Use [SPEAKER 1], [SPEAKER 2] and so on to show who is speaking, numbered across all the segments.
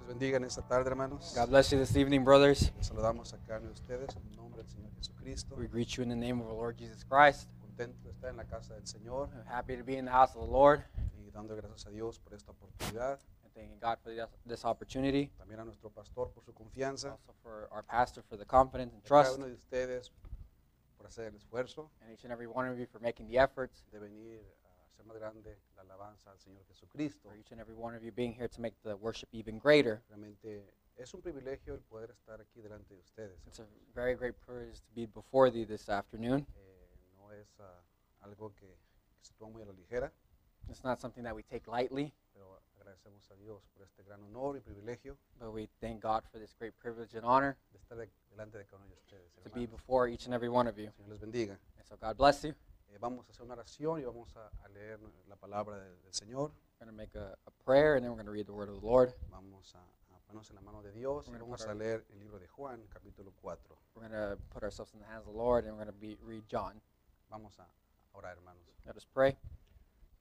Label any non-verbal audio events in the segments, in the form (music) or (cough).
[SPEAKER 1] Les bendiga en esta tarde, hermanos.
[SPEAKER 2] God bless you this evening, brothers.
[SPEAKER 1] Les saludamos a cada uno de ustedes en nombre del Señor Jesucristo.
[SPEAKER 2] We greet you in the name of our Lord Jesus Christ.
[SPEAKER 1] Contento de estar en la casa del Señor
[SPEAKER 2] I'm happy to be in the house of the Lord
[SPEAKER 1] y dando gracias a Dios por esta oportunidad.
[SPEAKER 2] and thanking God for this- this opportunity.
[SPEAKER 1] También a nuestro pastor por su confianza.
[SPEAKER 2] Also for our pastor for the confidence and
[SPEAKER 1] A cada
[SPEAKER 2] trust,
[SPEAKER 1] uno de ustedes por hacer el esfuerzo
[SPEAKER 2] and each and every one of you for making the efforts,
[SPEAKER 1] de venir a hacer más grande la alabanza al Señor Jesucristo.
[SPEAKER 2] for each and every one of you being here to make the worship even greater.
[SPEAKER 1] Realmente es un privilegio el poder estar aquí delante de ustedes.
[SPEAKER 2] It's a very great privilege to be before thee this afternoon.
[SPEAKER 1] Eh, no es ah, algo que, que se toma muy a la ligera,
[SPEAKER 2] It's not something that we take lightly,
[SPEAKER 1] pero agradecemos a Dios por este gran honor y privilegio
[SPEAKER 2] but we thank God for this great privilege and honor
[SPEAKER 1] de estar de- delante de cada uno de ustedes.
[SPEAKER 2] to be
[SPEAKER 1] hermanos.
[SPEAKER 2] before each and every one of you.
[SPEAKER 1] Señor les bendiga.
[SPEAKER 2] And so God bless you.
[SPEAKER 1] Eh, vamos a hacer una oración y vamos a, a leer la palabra del, del Señor.
[SPEAKER 2] We're going to make a, a prayer, and then we're going to read the word of the Lord.
[SPEAKER 1] Vamos a, a ponernos en la mano de Dios y
[SPEAKER 2] Bueno,
[SPEAKER 1] vamos
[SPEAKER 2] para-
[SPEAKER 1] a leer el libro de Juan, capítulo 4.
[SPEAKER 2] We're going to put ourselves in the hands of the Lord and we're going to be, read John.
[SPEAKER 1] Vamos a orar, hermanos.
[SPEAKER 2] Let us pray.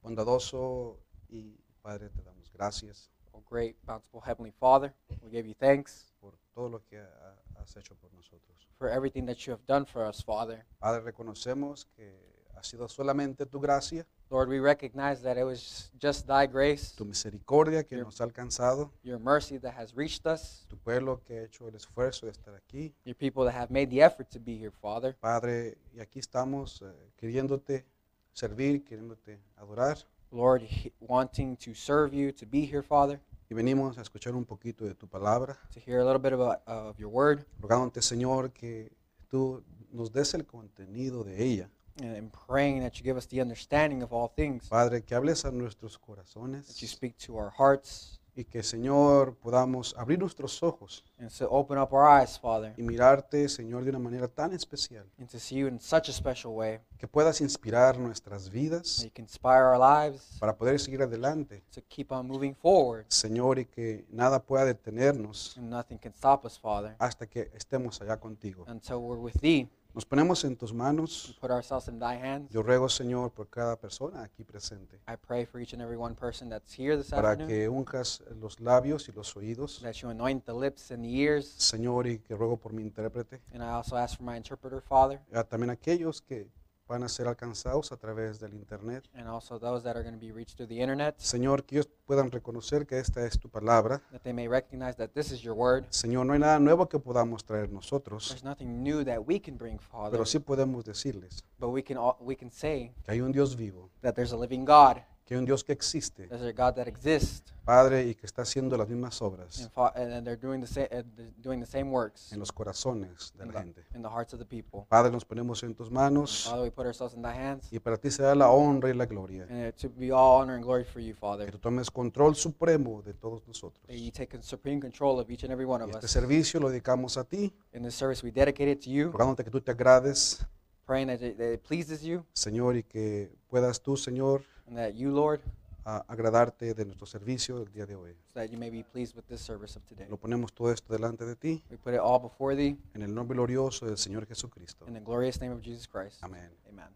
[SPEAKER 1] Bondadoso y Padre, te damos gracias
[SPEAKER 2] O Oh, great, bountiful Heavenly Father, we give you thanks
[SPEAKER 1] por todo lo que ha- has hecho por nosotros.
[SPEAKER 2] for everything that you have done for us, Father.
[SPEAKER 1] Padre, reconocemos que ha sido solamente tu gracia,
[SPEAKER 2] Lord, we recognize that it was just thy grace,
[SPEAKER 1] tu misericordia que
[SPEAKER 2] Cierto.
[SPEAKER 1] nos ha alcanzado,
[SPEAKER 2] your mercy that has reached us,
[SPEAKER 1] tu pueblo que ha hecho el esfuerzo de estar aquí,
[SPEAKER 2] your people that have made the effort to be here, Father.
[SPEAKER 1] Padre, y aquí estamos eh, queriéndote servir, queriéndote adorar,
[SPEAKER 2] Lord, he- wanting to serve you, to be here, Father,
[SPEAKER 1] y venimos a escuchar un poquito de tu palabra,
[SPEAKER 2] to hear a little bit about, of your word,
[SPEAKER 1] rogándote, Señor, que tú nos des el contenido de ella.
[SPEAKER 2] and, and praying that you give us the understanding of all things,
[SPEAKER 1] Padre, que hables a nuestros
[SPEAKER 2] that you
[SPEAKER 1] corazones
[SPEAKER 2] speak to our hearts,
[SPEAKER 1] y que, Señor, podamos abrir nuestros ojos
[SPEAKER 2] and to open up our eyes, Father.
[SPEAKER 1] y mirarte, Señor, de una manera tan especial,
[SPEAKER 2] and to see you in such a special way
[SPEAKER 1] que puedas inspirar nuestras
[SPEAKER 2] that
[SPEAKER 1] vidas
[SPEAKER 2] you can inspire our lives
[SPEAKER 1] para poder seguir adelante,
[SPEAKER 2] to keep on moving forward.
[SPEAKER 1] Señor, y que nada pueda detenernos
[SPEAKER 2] And nothing can stop us, Father,
[SPEAKER 1] hasta que estemos allá contigo.
[SPEAKER 2] until we're with Thee.
[SPEAKER 1] Nos ponemos en tus manos.
[SPEAKER 2] We put ourselves in Thy hands.
[SPEAKER 1] Yo ruego, Señor, por cada persona aquí presente,
[SPEAKER 2] I pray for each and every one person that's here this
[SPEAKER 1] para
[SPEAKER 2] afternoon
[SPEAKER 1] que unjas los labios y los oídos,
[SPEAKER 2] that you anoint the lips and the ears.
[SPEAKER 1] Señor, y que ruego por mi intérprete,
[SPEAKER 2] And I also ask for my interpreter, Father,
[SPEAKER 1] a también aquellos que van a ser alcanzados a través del Internet.
[SPEAKER 2] and also those that are going to be reached through the internet,
[SPEAKER 1] Señor, que ellos puedan reconocer que esta es tu palabra.
[SPEAKER 2] that they may recognize that this is your word.
[SPEAKER 1] Señor, no hay nada nuevo que podamos traer nosotros,
[SPEAKER 2] There's nothing new that we can bring, Father,
[SPEAKER 1] pero sí podemos decirles
[SPEAKER 2] but we can all, we can say
[SPEAKER 1] que hay un Dios vivo,
[SPEAKER 2] that there's a living God,
[SPEAKER 1] que hay un Dios que existe,
[SPEAKER 2] there's a God that exists,
[SPEAKER 1] Padher, y que está haciendo las mismas obras
[SPEAKER 2] and, fa- and then they're doing the same uh, th- doing the same works
[SPEAKER 1] en los corazones de
[SPEAKER 2] in
[SPEAKER 1] la
[SPEAKER 2] the,
[SPEAKER 1] gente.
[SPEAKER 2] in the hearts of the people.
[SPEAKER 1] Padre, nos ponemos en tus manos
[SPEAKER 2] Father, we put ourselves in thy hands,
[SPEAKER 1] y para ti será la honra y la gloria.
[SPEAKER 2] and it to be all honor and glory for you, Father.
[SPEAKER 1] que tú tomes control supremo de todos nosotros.
[SPEAKER 2] That you
[SPEAKER 1] Y
[SPEAKER 2] take con- supreme control of each and every one of
[SPEAKER 1] este
[SPEAKER 2] us.
[SPEAKER 1] servicio lo dedicamos a ti,
[SPEAKER 2] In this service, we dedicate it to you,
[SPEAKER 1] rogándote que tú te agrades,
[SPEAKER 2] praying that it, that it pleases you,
[SPEAKER 1] Señor, y que puedas tú, Señor,
[SPEAKER 2] and that you, Lord,
[SPEAKER 1] a- agradarte de nuestro servicio el día de hoy.
[SPEAKER 2] so that you may be pleased with this service of today.
[SPEAKER 1] Lo ponemos todo esto delante de ti,
[SPEAKER 2] We put it all before thee
[SPEAKER 1] en el nombre glorioso del Señor Jesucristo.
[SPEAKER 2] in the glorious name of Jesus Christ.
[SPEAKER 1] Amén.
[SPEAKER 2] Amen.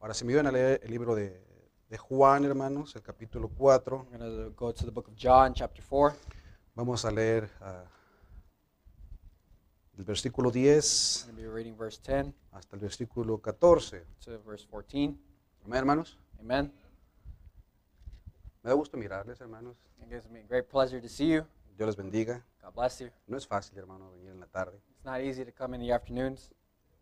[SPEAKER 1] Ahora, si me iban a leer el libro de, de Juan, hermanos, el capítulo 4,
[SPEAKER 2] We're going to go to the book of John, chapter 4.
[SPEAKER 1] vamos a leer ah, el versículo 10
[SPEAKER 2] I'm going to be reading verse 10
[SPEAKER 1] hasta el versículo 14.
[SPEAKER 2] to verse 14.
[SPEAKER 1] Amén, hermanos.
[SPEAKER 2] Amen.
[SPEAKER 1] Me da gusto mirarles, hermanos.
[SPEAKER 2] It gives me great pleasure to see you.
[SPEAKER 1] Dios les bendiga.
[SPEAKER 2] God bless you.
[SPEAKER 1] No es fácil, hermano, venir en la tarde,
[SPEAKER 2] It's not easy to come in the afternoons,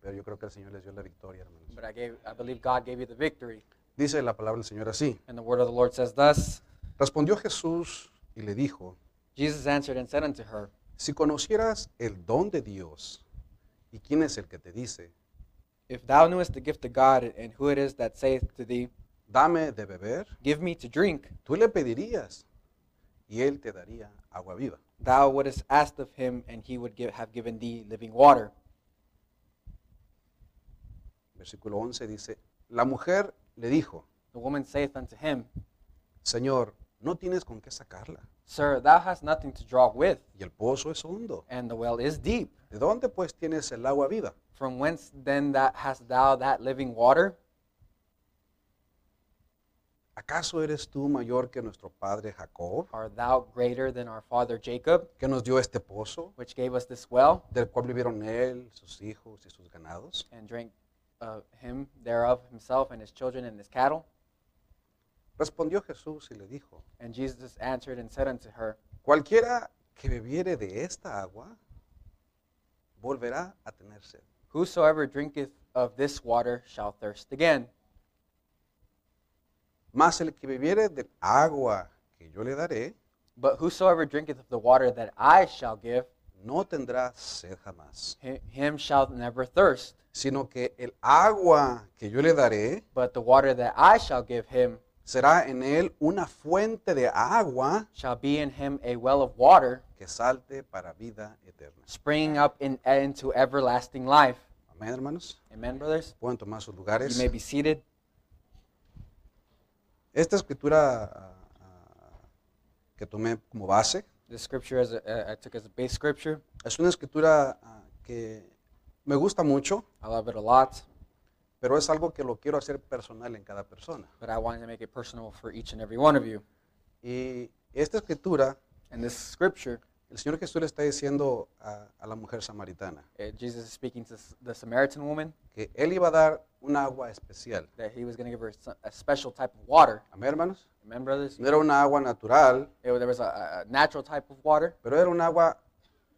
[SPEAKER 1] pero yo creo que el Señor les dio la victoria, hermanos.
[SPEAKER 2] but I gave I believe God gave you the victory.
[SPEAKER 1] Dice la palabra del Señor así.
[SPEAKER 2] And the word of the Lord says thus
[SPEAKER 1] Respondió Jesús y le dijo,
[SPEAKER 2] Jesus answered and said unto her,
[SPEAKER 1] si conocieras el don de Dios, ¿y quién es el que te dice,
[SPEAKER 2] If thou knewest the gift of God and who it is that saith to thee,
[SPEAKER 1] dame de beber?
[SPEAKER 2] Give me to drink,
[SPEAKER 1] Tú le pedirías y él te daría agua viva.
[SPEAKER 2] thou wouldest asked of him, and he would give, have given thee living water.
[SPEAKER 1] Versículo 11 dice, la mujer le dijo,
[SPEAKER 2] The woman saith unto him,
[SPEAKER 1] Señor, no tienes con qué sacarla
[SPEAKER 2] Sir, thou hast nothing to draw with,
[SPEAKER 1] y el pozo es hondo.
[SPEAKER 2] and the well is deep.
[SPEAKER 1] ¿De dónde pues tienes el agua viva?
[SPEAKER 2] From whence then that hast thou that living water?
[SPEAKER 1] ¿acaso eres tú mayor que nuestro padre Jacob,
[SPEAKER 2] Art thou greater than our father Jacob,
[SPEAKER 1] que nos dio este pozo,
[SPEAKER 2] which gave us this well,
[SPEAKER 1] del cual vivieron él, sus hijos y sus ganados?
[SPEAKER 2] and drank uh, him thereof himself and his children and his cattle?
[SPEAKER 1] Respondió Jesús y le dijo,
[SPEAKER 2] And Jesus answered and said unto her,
[SPEAKER 1] cualquiera que bebiere de esta agua, volverá a tener sed.
[SPEAKER 2] Whosoever drinketh of this water shall thirst again.
[SPEAKER 1] Mas el que bebiere del agua que yo le daré,
[SPEAKER 2] But whosoever drinketh of the water that I shall give,
[SPEAKER 1] no tendrá sed jamás,
[SPEAKER 2] hi- him shall never thirst.
[SPEAKER 1] sino que el agua que yo le daré
[SPEAKER 2] But the water that I shall give him
[SPEAKER 1] será en él una fuente de agua
[SPEAKER 2] shall be in him a well of water
[SPEAKER 1] que salte para vida eterna.
[SPEAKER 2] springing up in, into everlasting life.
[SPEAKER 1] Amén, hermanos.
[SPEAKER 2] Amen, brothers.
[SPEAKER 1] Pueden tomar sus
[SPEAKER 2] You
[SPEAKER 1] lugares.
[SPEAKER 2] may be seated.
[SPEAKER 1] Esta escritura ah, ah, que tomé como base
[SPEAKER 2] This scripture as a, uh, I took as a base scripture.
[SPEAKER 1] es una escritura ah, que me gusta mucho,
[SPEAKER 2] I love it a lot,
[SPEAKER 1] pero es algo que lo quiero hacer personal en cada persona.
[SPEAKER 2] but I wanted to make it personal for each and every one of you.
[SPEAKER 1] Y esta escritura,
[SPEAKER 2] And this scripture,
[SPEAKER 1] el Señor Jesús le está diciendo a- a la mujer samaritana.
[SPEAKER 2] uh, Jesus is speaking to s- the Samaritan woman
[SPEAKER 1] que él iba a dar un agua especial.
[SPEAKER 2] that he was going to give her s- a special type of water.
[SPEAKER 1] Amén, hermanos.
[SPEAKER 2] Amen, brothers.
[SPEAKER 1] No era un agua natural,
[SPEAKER 2] It, there was a, a natural type of water,
[SPEAKER 1] pero era un agua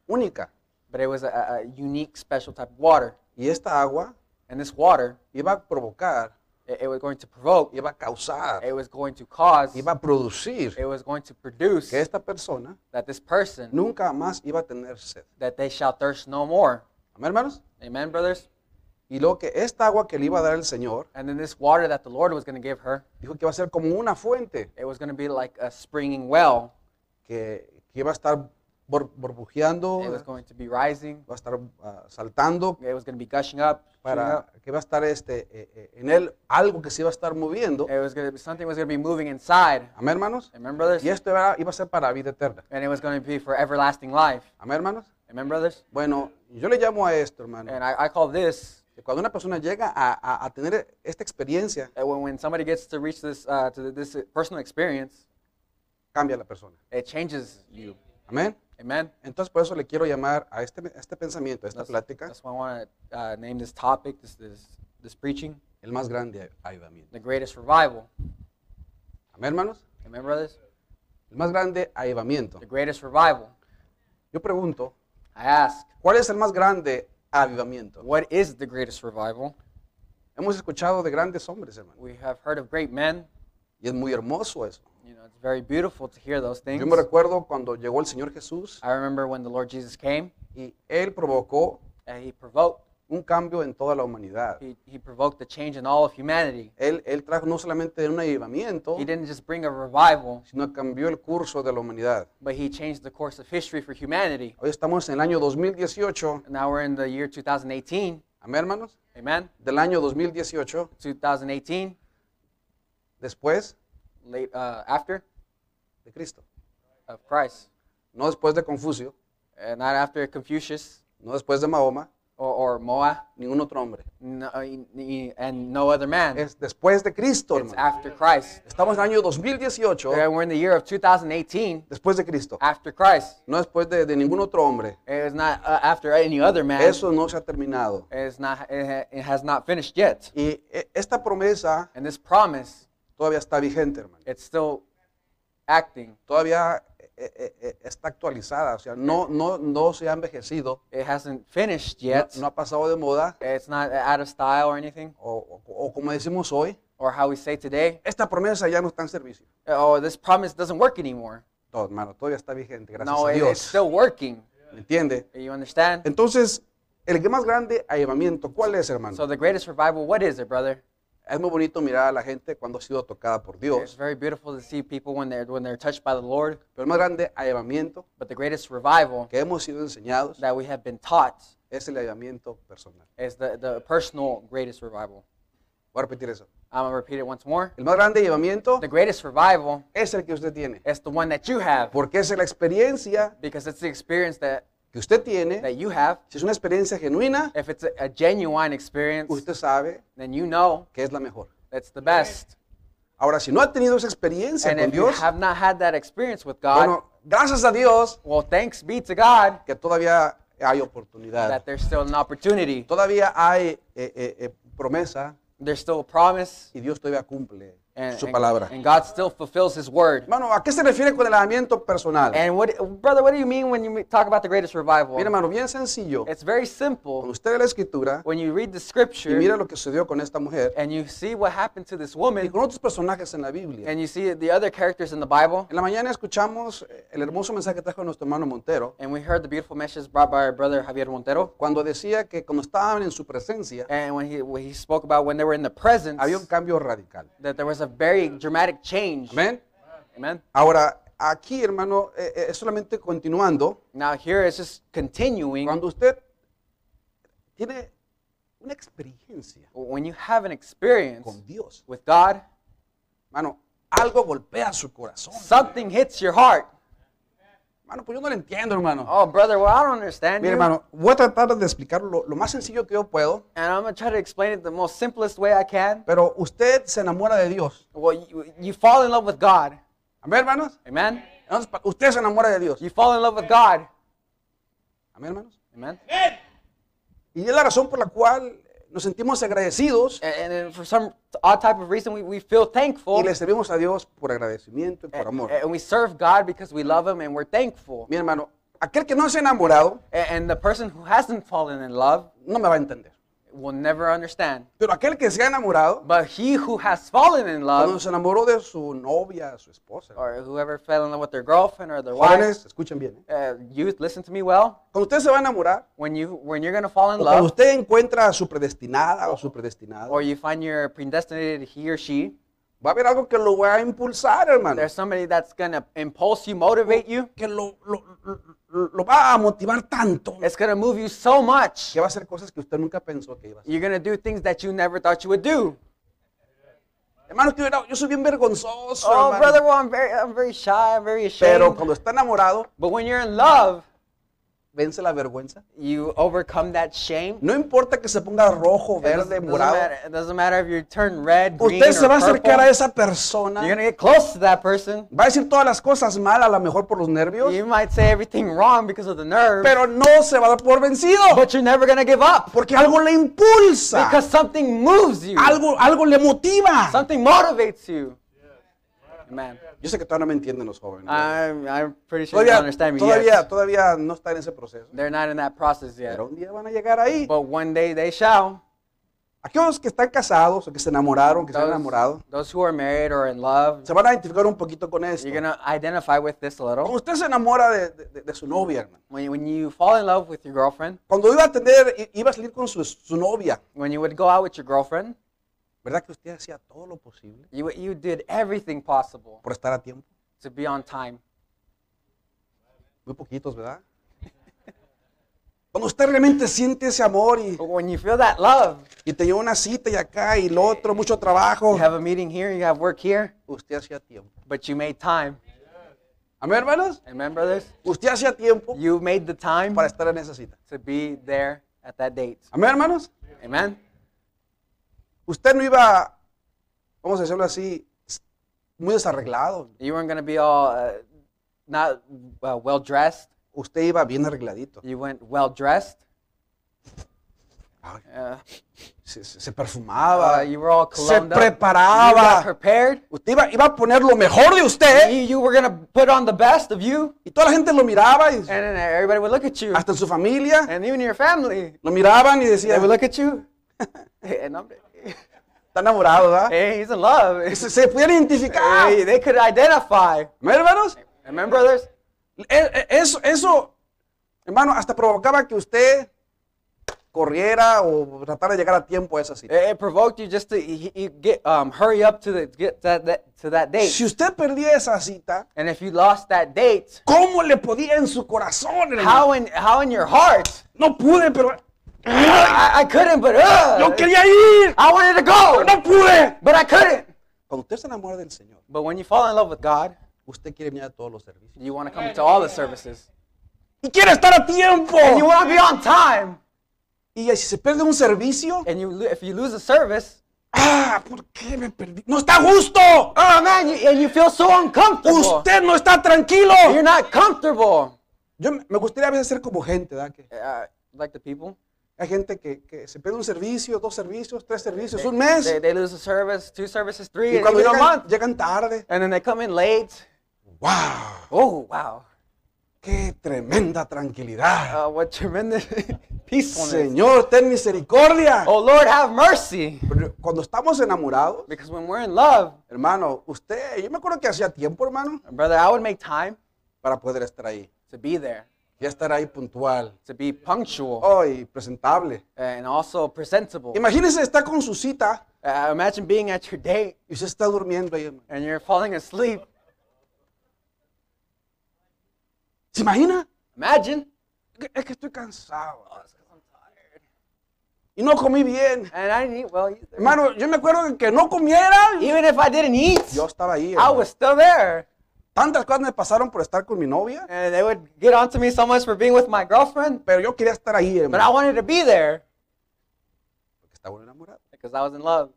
[SPEAKER 1] única.
[SPEAKER 2] but it was a, a unique, special type of water.
[SPEAKER 1] Y esta agua
[SPEAKER 2] And this water,
[SPEAKER 1] iba a provocar,
[SPEAKER 2] it, it was going to provoke,
[SPEAKER 1] iba a causar,
[SPEAKER 2] it was going to cause,
[SPEAKER 1] iba a producir
[SPEAKER 2] it was going to produce
[SPEAKER 1] que esta persona
[SPEAKER 2] that this person,
[SPEAKER 1] nunca más iba a tener sed.
[SPEAKER 2] that they shall thirst no more.
[SPEAKER 1] Amén, hermanos.
[SPEAKER 2] Amen, brothers.
[SPEAKER 1] Y luego que esta agua que le iba a dar el Señor,
[SPEAKER 2] And then this water that the Lord was going to give her,
[SPEAKER 1] dijo que iba a ser como una fuente
[SPEAKER 2] it was going to be like a springing well.
[SPEAKER 1] que, que iba a estar bor- burbujeando,
[SPEAKER 2] It was
[SPEAKER 1] iba
[SPEAKER 2] going to be rising.
[SPEAKER 1] a estar ah, saltando,
[SPEAKER 2] It was going to be gushing up. shooting
[SPEAKER 1] para
[SPEAKER 2] up.
[SPEAKER 1] que iba a estar este, eh, eh, en él algo que se iba a estar moviendo.
[SPEAKER 2] It was going to be something was going to be moving inside.
[SPEAKER 1] Amén, hermanos.
[SPEAKER 2] Eh, Amen, brothers.
[SPEAKER 1] Y esto era- iba a ser para vida eterna.
[SPEAKER 2] And it was going to be for everlasting life.
[SPEAKER 1] Amén, hermanos.
[SPEAKER 2] Amen, brothers.
[SPEAKER 1] Bueno, yo le llamo a esto, hermano.
[SPEAKER 2] And I, I call this
[SPEAKER 1] que cuando una persona llega a, a- a tener esta experiencia,
[SPEAKER 2] uh, when, when somebody gets to reach this uh, to this personal experience,
[SPEAKER 1] cambia la persona.
[SPEAKER 2] it changes you.
[SPEAKER 1] Amén.
[SPEAKER 2] Amen.
[SPEAKER 1] Entonces, por eso le quiero llamar a este, a este pensamiento, a esta
[SPEAKER 2] That's,
[SPEAKER 1] plática,
[SPEAKER 2] that's why I want to uh, name this topic, this this this preaching,
[SPEAKER 1] el más grande avivamiento.
[SPEAKER 2] the greatest revival.
[SPEAKER 1] Amén, hermanos.
[SPEAKER 2] Amen, brothers.
[SPEAKER 1] El más grande avivamiento.
[SPEAKER 2] The greatest revival.
[SPEAKER 1] Yo pregunto,
[SPEAKER 2] I ask,
[SPEAKER 1] ¿cuál es el más grande avivamiento?
[SPEAKER 2] what is the greatest revival?
[SPEAKER 1] Hemos escuchado de grandes hombres, hermano.
[SPEAKER 2] We have heard of great men.
[SPEAKER 1] Y es muy hermoso eso.
[SPEAKER 2] You know, it's very beautiful to hear those things.
[SPEAKER 1] Yo me recuerdo cuando llegó el Señor Jesús
[SPEAKER 2] I remember when the Lord Jesus came,
[SPEAKER 1] y Él provocó
[SPEAKER 2] and he provoked
[SPEAKER 1] un cambio en toda la humanidad.
[SPEAKER 2] he, he provoked the change in all of humanity.
[SPEAKER 1] Él, él trajo no solamente un avivamiento,
[SPEAKER 2] He didn't just bring a revival,
[SPEAKER 1] sino que cambió el curso de la humanidad.
[SPEAKER 2] but he changed the course of history for humanity.
[SPEAKER 1] Hoy estamos en el año 2018,
[SPEAKER 2] And now we're in the year 2018.
[SPEAKER 1] amén hermanos,
[SPEAKER 2] Amen.
[SPEAKER 1] del año 2018,
[SPEAKER 2] 2018,
[SPEAKER 1] después
[SPEAKER 2] late uh, after
[SPEAKER 1] de Cristo.
[SPEAKER 2] of Christ,
[SPEAKER 1] No después de Confucio,
[SPEAKER 2] and not after Confucius
[SPEAKER 1] no después de Mahoma,
[SPEAKER 2] or, or Moa,
[SPEAKER 1] ningún otro hombre.
[SPEAKER 2] n- uh, n- n- and no other man.
[SPEAKER 1] Es después de Cristo,
[SPEAKER 2] It's
[SPEAKER 1] hermano.
[SPEAKER 2] after Christ.
[SPEAKER 1] Estamos en el año 2018,
[SPEAKER 2] And we're in the year of 2018
[SPEAKER 1] después de Cristo.
[SPEAKER 2] after Christ.
[SPEAKER 1] No después de, de ningún otro hombre.
[SPEAKER 2] It's not uh, after any other man.
[SPEAKER 1] Eso no se ha terminado.
[SPEAKER 2] It's not. It, ha- it has not finished yet.
[SPEAKER 1] Y eh, esta promesa
[SPEAKER 2] And this promise,
[SPEAKER 1] todavía está vigente, hermano.
[SPEAKER 2] it's still acting.
[SPEAKER 1] todavía eh, eh, eh, está actualizada, o sea, no, no, no se ha envejecido,
[SPEAKER 2] It hasn't finished
[SPEAKER 1] no,
[SPEAKER 2] yet.
[SPEAKER 1] no ha pasado de moda,
[SPEAKER 2] It's not out of style or anything,
[SPEAKER 1] o, o- o como decimos hoy,
[SPEAKER 2] or how we say today.
[SPEAKER 1] esta promesa ya no está en servicio.
[SPEAKER 2] Oh, this promise doesn't work anymore.
[SPEAKER 1] No, hermano, todavía está vigente, gracias
[SPEAKER 2] No,
[SPEAKER 1] a
[SPEAKER 2] it-
[SPEAKER 1] Dios.
[SPEAKER 2] it's still working.
[SPEAKER 1] ¿Me entiende?
[SPEAKER 2] You understand?
[SPEAKER 1] Entonces, el más grande avivamiento, ¿cuál es, hermano?
[SPEAKER 2] So the greatest revival, what is it, brother?
[SPEAKER 1] es muy bonito mirar a la gente cuando ha sido tocada por
[SPEAKER 2] It's
[SPEAKER 1] Dios,
[SPEAKER 2] very beautiful to see people when they're when they're touched by the Lord.
[SPEAKER 1] pero el más grande avivamiento
[SPEAKER 2] But the greatest revival
[SPEAKER 1] que hemos sido enseñados
[SPEAKER 2] that we have been taught
[SPEAKER 1] es el avivamiento personal.
[SPEAKER 2] is the, the personal greatest revival.
[SPEAKER 1] Voy a repetir eso.
[SPEAKER 2] I'm gonna repeat it once more.
[SPEAKER 1] El más grande avivamiento
[SPEAKER 2] The greatest revival
[SPEAKER 1] es el que usted tiene,
[SPEAKER 2] is the one that you have
[SPEAKER 1] porque es la experiencia
[SPEAKER 2] because it's the experience that,
[SPEAKER 1] que usted tiene
[SPEAKER 2] that you have.
[SPEAKER 1] Si es una experiencia genuina,
[SPEAKER 2] If it's a, a genuine experience,
[SPEAKER 1] usted sabe
[SPEAKER 2] then you know
[SPEAKER 1] que es la mejor.
[SPEAKER 2] that's the best.
[SPEAKER 1] Ahora, si no ha tenido esa experiencia
[SPEAKER 2] And
[SPEAKER 1] con
[SPEAKER 2] if you
[SPEAKER 1] Dios,
[SPEAKER 2] have not had that experience with God,
[SPEAKER 1] bueno, gracias a Dios
[SPEAKER 2] well, thanks be to God
[SPEAKER 1] que todavía hay oportunidad.
[SPEAKER 2] that there's still an opportunity.
[SPEAKER 1] Todavía hay eh, eh, eh, promesa
[SPEAKER 2] There's still a promise.
[SPEAKER 1] y Dios todavía cumple
[SPEAKER 2] And,
[SPEAKER 1] su
[SPEAKER 2] and-
[SPEAKER 1] palabra.
[SPEAKER 2] and God still fulfills His word.
[SPEAKER 1] Hermano, ¿a qué se refiere con el alejamiento personal?
[SPEAKER 2] And what, brother, what do you mean when you talk about the greatest revival?
[SPEAKER 1] Mira, hermano, bien sencillo.
[SPEAKER 2] It's very
[SPEAKER 1] Cuando
[SPEAKER 2] simple.
[SPEAKER 1] usted ve la escritura
[SPEAKER 2] When you read the
[SPEAKER 1] y mira
[SPEAKER 2] scripture
[SPEAKER 1] lo que sucedió con esta mujer
[SPEAKER 2] and you see what happened to this
[SPEAKER 1] y
[SPEAKER 2] woman
[SPEAKER 1] con otros personajes en la Biblia.
[SPEAKER 2] and you see the other characters in the Bible,
[SPEAKER 1] En la mañana escuchamos eh, el hermoso mensaje que trajo nuestro hermano Montero
[SPEAKER 2] and we heard the beautiful message brought by our brother Javier Montero.
[SPEAKER 1] cuando decía que cuando estaban en su presencia
[SPEAKER 2] And when he, when he spoke about when they were in the presence,
[SPEAKER 1] había un cambio radical.
[SPEAKER 2] that there was a very dramatic change.
[SPEAKER 1] Amén.
[SPEAKER 2] Amen.
[SPEAKER 1] Ahora, aquí, hermano, eh, eh, es solamente continuando.
[SPEAKER 2] Now here it's just continuing.
[SPEAKER 1] Cuando usted tiene una experiencia
[SPEAKER 2] When you have an experience
[SPEAKER 1] con Dios,
[SPEAKER 2] with God,
[SPEAKER 1] hermano, algo golpea su corazón.
[SPEAKER 2] something hits your heart.
[SPEAKER 1] Hermano, pues yo no lo entiendo, hermano.
[SPEAKER 2] Oh, brother, well I don't understand
[SPEAKER 1] Mira,
[SPEAKER 2] you.
[SPEAKER 1] hermano, voy a tratar de explicarlo lo, lo más sencillo que yo puedo,
[SPEAKER 2] And I'm gonna try to explain it the most simplest way I can.
[SPEAKER 1] pero usted se enamora de Dios.
[SPEAKER 2] Well, you, you fall in love with God.
[SPEAKER 1] Amén, hermanos.
[SPEAKER 2] Amen.
[SPEAKER 1] Entonces, pa- usted se enamora de Dios.
[SPEAKER 2] You fall in love with God.
[SPEAKER 1] Amén, hermanos.
[SPEAKER 2] Amen.
[SPEAKER 1] Y es la razón por la cual nos sentimos agradecidos
[SPEAKER 2] And, and then for some odd type of reason, we, we feel thankful.
[SPEAKER 1] y le servimos a Dios por agradecimiento y por amor.
[SPEAKER 2] And we serve God because we love Him and we're thankful.
[SPEAKER 1] Mi hermano, aquel que no se ha enamorado
[SPEAKER 2] A- And, the person who hasn't fallen in love
[SPEAKER 1] no me va a entender.
[SPEAKER 2] will never understand.
[SPEAKER 1] Pero aquel que se ha enamorado,
[SPEAKER 2] But he who has fallen in
[SPEAKER 1] cuando
[SPEAKER 2] love,
[SPEAKER 1] se enamoró de su novia, su esposa,
[SPEAKER 2] or whoever fell in love with their girlfriend or their wife,
[SPEAKER 1] jóvenes, escuchen bien. ¿eh?
[SPEAKER 2] uh, youth, listen to me well.
[SPEAKER 1] Cuando usted se va a enamorar,
[SPEAKER 2] When you when you're gonna fall in
[SPEAKER 1] o cuando
[SPEAKER 2] love,
[SPEAKER 1] usted encuentra a su predestinada o su predestinado,
[SPEAKER 2] or you find you're predestinated, he or she,
[SPEAKER 1] va a haber algo que lo va a impulsar, hermano.
[SPEAKER 2] there's somebody that's gonna impulse you, motivate you.
[SPEAKER 1] Que lo, lo- lo- lo va a motivar tanto
[SPEAKER 2] It's gonna move you so much.
[SPEAKER 1] que va a hacer cosas que usted nunca pensó que iba a hacer.
[SPEAKER 2] You're gonna do things that you never thought you would do.
[SPEAKER 1] Hermano, que yo- yo soy bien vergonzoso.
[SPEAKER 2] Oh,
[SPEAKER 1] hermano.
[SPEAKER 2] brother, well, I'm very, I'm very shy, I'm very ashamed.
[SPEAKER 1] Pero cuando está enamorado,
[SPEAKER 2] But when you're in love,
[SPEAKER 1] vence la vergüenza.
[SPEAKER 2] you overcome that shame.
[SPEAKER 1] No importa que se ponga rojo,
[SPEAKER 2] It doesn't,
[SPEAKER 1] verde,
[SPEAKER 2] doesn't
[SPEAKER 1] morado.
[SPEAKER 2] matter, it doesn't matter if you turn red, green,
[SPEAKER 1] Usted se
[SPEAKER 2] or
[SPEAKER 1] va a acercar
[SPEAKER 2] purple.
[SPEAKER 1] a esa persona.
[SPEAKER 2] You're gonna get close to that person.
[SPEAKER 1] Va a decir todas las cosas mal, a lo mejor por los nervios.
[SPEAKER 2] You might say everything wrong because of the nerve,
[SPEAKER 1] Pero no se va a dar por vencido.
[SPEAKER 2] but you're never gonna give up
[SPEAKER 1] Porque algo le impulsa.
[SPEAKER 2] because something moves you.
[SPEAKER 1] Algo, algo le motiva.
[SPEAKER 2] Something motivates you. Amen.
[SPEAKER 1] Yo sé que todavía no me entienden los jóvenes.
[SPEAKER 2] I'm, I'm pretty sure Ah, you don't
[SPEAKER 1] Todavía,
[SPEAKER 2] understand me
[SPEAKER 1] todavía,
[SPEAKER 2] yet.
[SPEAKER 1] todavía no está en ese proceso.
[SPEAKER 2] They're not in that process yet.
[SPEAKER 1] Pero un día van a llegar ahí.
[SPEAKER 2] But one day they shall.
[SPEAKER 1] Aquellos que están casados o que se enamoraron, que se han
[SPEAKER 2] Those,
[SPEAKER 1] enamorado,
[SPEAKER 2] those who are married or in love,
[SPEAKER 1] se van a identificar un poquito con esto.
[SPEAKER 2] you're going to identify with this a
[SPEAKER 1] Cuando
[SPEAKER 2] little.
[SPEAKER 1] usted se enamora de, de- de- de su novia, hermano.
[SPEAKER 2] When, you- when you fall in love with your girlfriend,
[SPEAKER 1] Cuando iba a tener, i- iba a salir con su, su novia,
[SPEAKER 2] when you would go out with your girlfriend,
[SPEAKER 1] ¿verdad que usted hacía todo lo posible
[SPEAKER 2] you, would- you did everything possible
[SPEAKER 1] por estar a tiempo?
[SPEAKER 2] to be on time.
[SPEAKER 1] Muy poquitos, ¿verdad? (laughs) Cuando usted realmente siente ese amor y,
[SPEAKER 2] But when you feel that love,
[SPEAKER 1] y tenía una cita y acá y lo otro, mucho trabajo,
[SPEAKER 2] you have a meeting here, you have work here,
[SPEAKER 1] usted hacía tiempo.
[SPEAKER 2] but you made time.
[SPEAKER 1] Amén, hermanos.
[SPEAKER 2] Amen, brothers?
[SPEAKER 1] Usted hacía tiempo
[SPEAKER 2] You made the time
[SPEAKER 1] para estar en esa cita.
[SPEAKER 2] to be there at that date.
[SPEAKER 1] Amén, hermanos.
[SPEAKER 2] Amen?
[SPEAKER 1] Usted no iba, vamos a decirlo así, s- muy desarreglado.
[SPEAKER 2] You weren't going to be all uh, not uh, well dressed.
[SPEAKER 1] Usted iba bien arregladito.
[SPEAKER 2] You went well dressed.
[SPEAKER 1] Ay,
[SPEAKER 2] Uh,
[SPEAKER 1] se, se- se
[SPEAKER 2] uh,
[SPEAKER 1] perfumaba.
[SPEAKER 2] you were all
[SPEAKER 1] se
[SPEAKER 2] cologned up. You got
[SPEAKER 1] preparaba. Eh?
[SPEAKER 2] prepared.
[SPEAKER 1] Usted iba, iba a poner lo mejor de usted.
[SPEAKER 2] You, you were gonna put on the best of you,
[SPEAKER 1] Y toda la gente lo miraba. Y
[SPEAKER 2] and then everybody would look at you,
[SPEAKER 1] hasta en su familia
[SPEAKER 2] and even your family.
[SPEAKER 1] lo miraban y
[SPEAKER 2] They
[SPEAKER 1] decían,
[SPEAKER 2] would look at
[SPEAKER 1] (laughs)
[SPEAKER 2] you, and I'm,
[SPEAKER 1] está enamorado, ¿verdad?
[SPEAKER 2] hey, he's in love. (laughs)
[SPEAKER 1] Se, se podían identificar.
[SPEAKER 2] Hey, they could identify.
[SPEAKER 1] ¿Me hermanos?
[SPEAKER 2] Amen, brothers?
[SPEAKER 1] E- e- Eso, eso, hermano, hasta provocaba que usted corriera o tratara de llegar a tiempo a esa cita.
[SPEAKER 2] It, it provoked you just to y- y- get um, hurry up to the get that, that to that date.
[SPEAKER 1] Si usted perdía esa cita,
[SPEAKER 2] And if you lost that date,
[SPEAKER 1] ¿Cómo le podía en su corazón, hermano?
[SPEAKER 2] how in how in your heart?
[SPEAKER 1] No pude, pero
[SPEAKER 2] I, I couldn't, but
[SPEAKER 1] yo
[SPEAKER 2] uh,
[SPEAKER 1] quería ir.
[SPEAKER 2] I wanted to go,
[SPEAKER 1] No pude.
[SPEAKER 2] but I couldn't.
[SPEAKER 1] Ah. Cuando usted se enamora del Señor,
[SPEAKER 2] But when you fall in love with God,
[SPEAKER 1] usted quiere venir a todos los servicios.
[SPEAKER 2] you want to come to all the services.
[SPEAKER 1] Y quiere estar a tiempo.
[SPEAKER 2] And you want to be on time.
[SPEAKER 1] Y si se pierde un servicio, eh.
[SPEAKER 2] And you, lo- if you lose a service,
[SPEAKER 1] Ah, ¿por qué me perdí? ¡No está a gusto!
[SPEAKER 2] Oh man, you, and you feel so uncomfortable.
[SPEAKER 1] ¡Usted no está tranquilo!
[SPEAKER 2] You're not comfortable.
[SPEAKER 1] Yo me me gustaría a veces ser como gente, ¿verdad? Que
[SPEAKER 2] Uh, like the people.
[SPEAKER 1] hay gente que, que se pierde un servicio, dos servicios, tres servicios, un mes.
[SPEAKER 2] They, they lose a service, two services, three,
[SPEAKER 1] y
[SPEAKER 2] and
[SPEAKER 1] cuando
[SPEAKER 2] even a
[SPEAKER 1] llegan,
[SPEAKER 2] month.
[SPEAKER 1] llegan tarde.
[SPEAKER 2] And then they come in late.
[SPEAKER 1] ¡Wow!
[SPEAKER 2] Oh, wow.
[SPEAKER 1] ¡Qué tremenda tranquilidad!
[SPEAKER 2] Uh, what tremendous (laughs) peacefulness.
[SPEAKER 1] Señor, ten misericordia.
[SPEAKER 2] Oh, Lord, have mercy.
[SPEAKER 1] Pero Cuando estamos enamorados,
[SPEAKER 2] Because when we're in love,
[SPEAKER 1] hermano, usted, yo me acuerdo que hacía tiempo, hermano,
[SPEAKER 2] brother, I would make time
[SPEAKER 1] para poder estar ahí.
[SPEAKER 2] to be there,
[SPEAKER 1] Ya estar ahí puntual.
[SPEAKER 2] to be punctual, uh,
[SPEAKER 1] Oh, y presentable.
[SPEAKER 2] and also presentable.
[SPEAKER 1] Imagínese, está con su cita
[SPEAKER 2] Uh, imagine being at your date
[SPEAKER 1] y usted está durmiendo ahí, hermano.
[SPEAKER 2] and you're falling asleep.
[SPEAKER 1] ¿Se imagina?
[SPEAKER 2] Imagine.
[SPEAKER 1] Que- Es que estoy cansado. Y no comí bien.
[SPEAKER 2] And I didn't eat well either.
[SPEAKER 1] Hermano, yo me acuerdo que que no comiera.
[SPEAKER 2] Even if I didn't eat,
[SPEAKER 1] Yo estaba ahí.
[SPEAKER 2] I
[SPEAKER 1] hermano.
[SPEAKER 2] was still there.
[SPEAKER 1] Tantas cosas me pasaron por estar con mi novia,
[SPEAKER 2] And they would get on to me so much for being with my girlfriend,
[SPEAKER 1] pero yo quería estar ahí,
[SPEAKER 2] but I
[SPEAKER 1] hermano.
[SPEAKER 2] wanted to be there
[SPEAKER 1] Porque estaba enamorado.
[SPEAKER 2] because I was in love.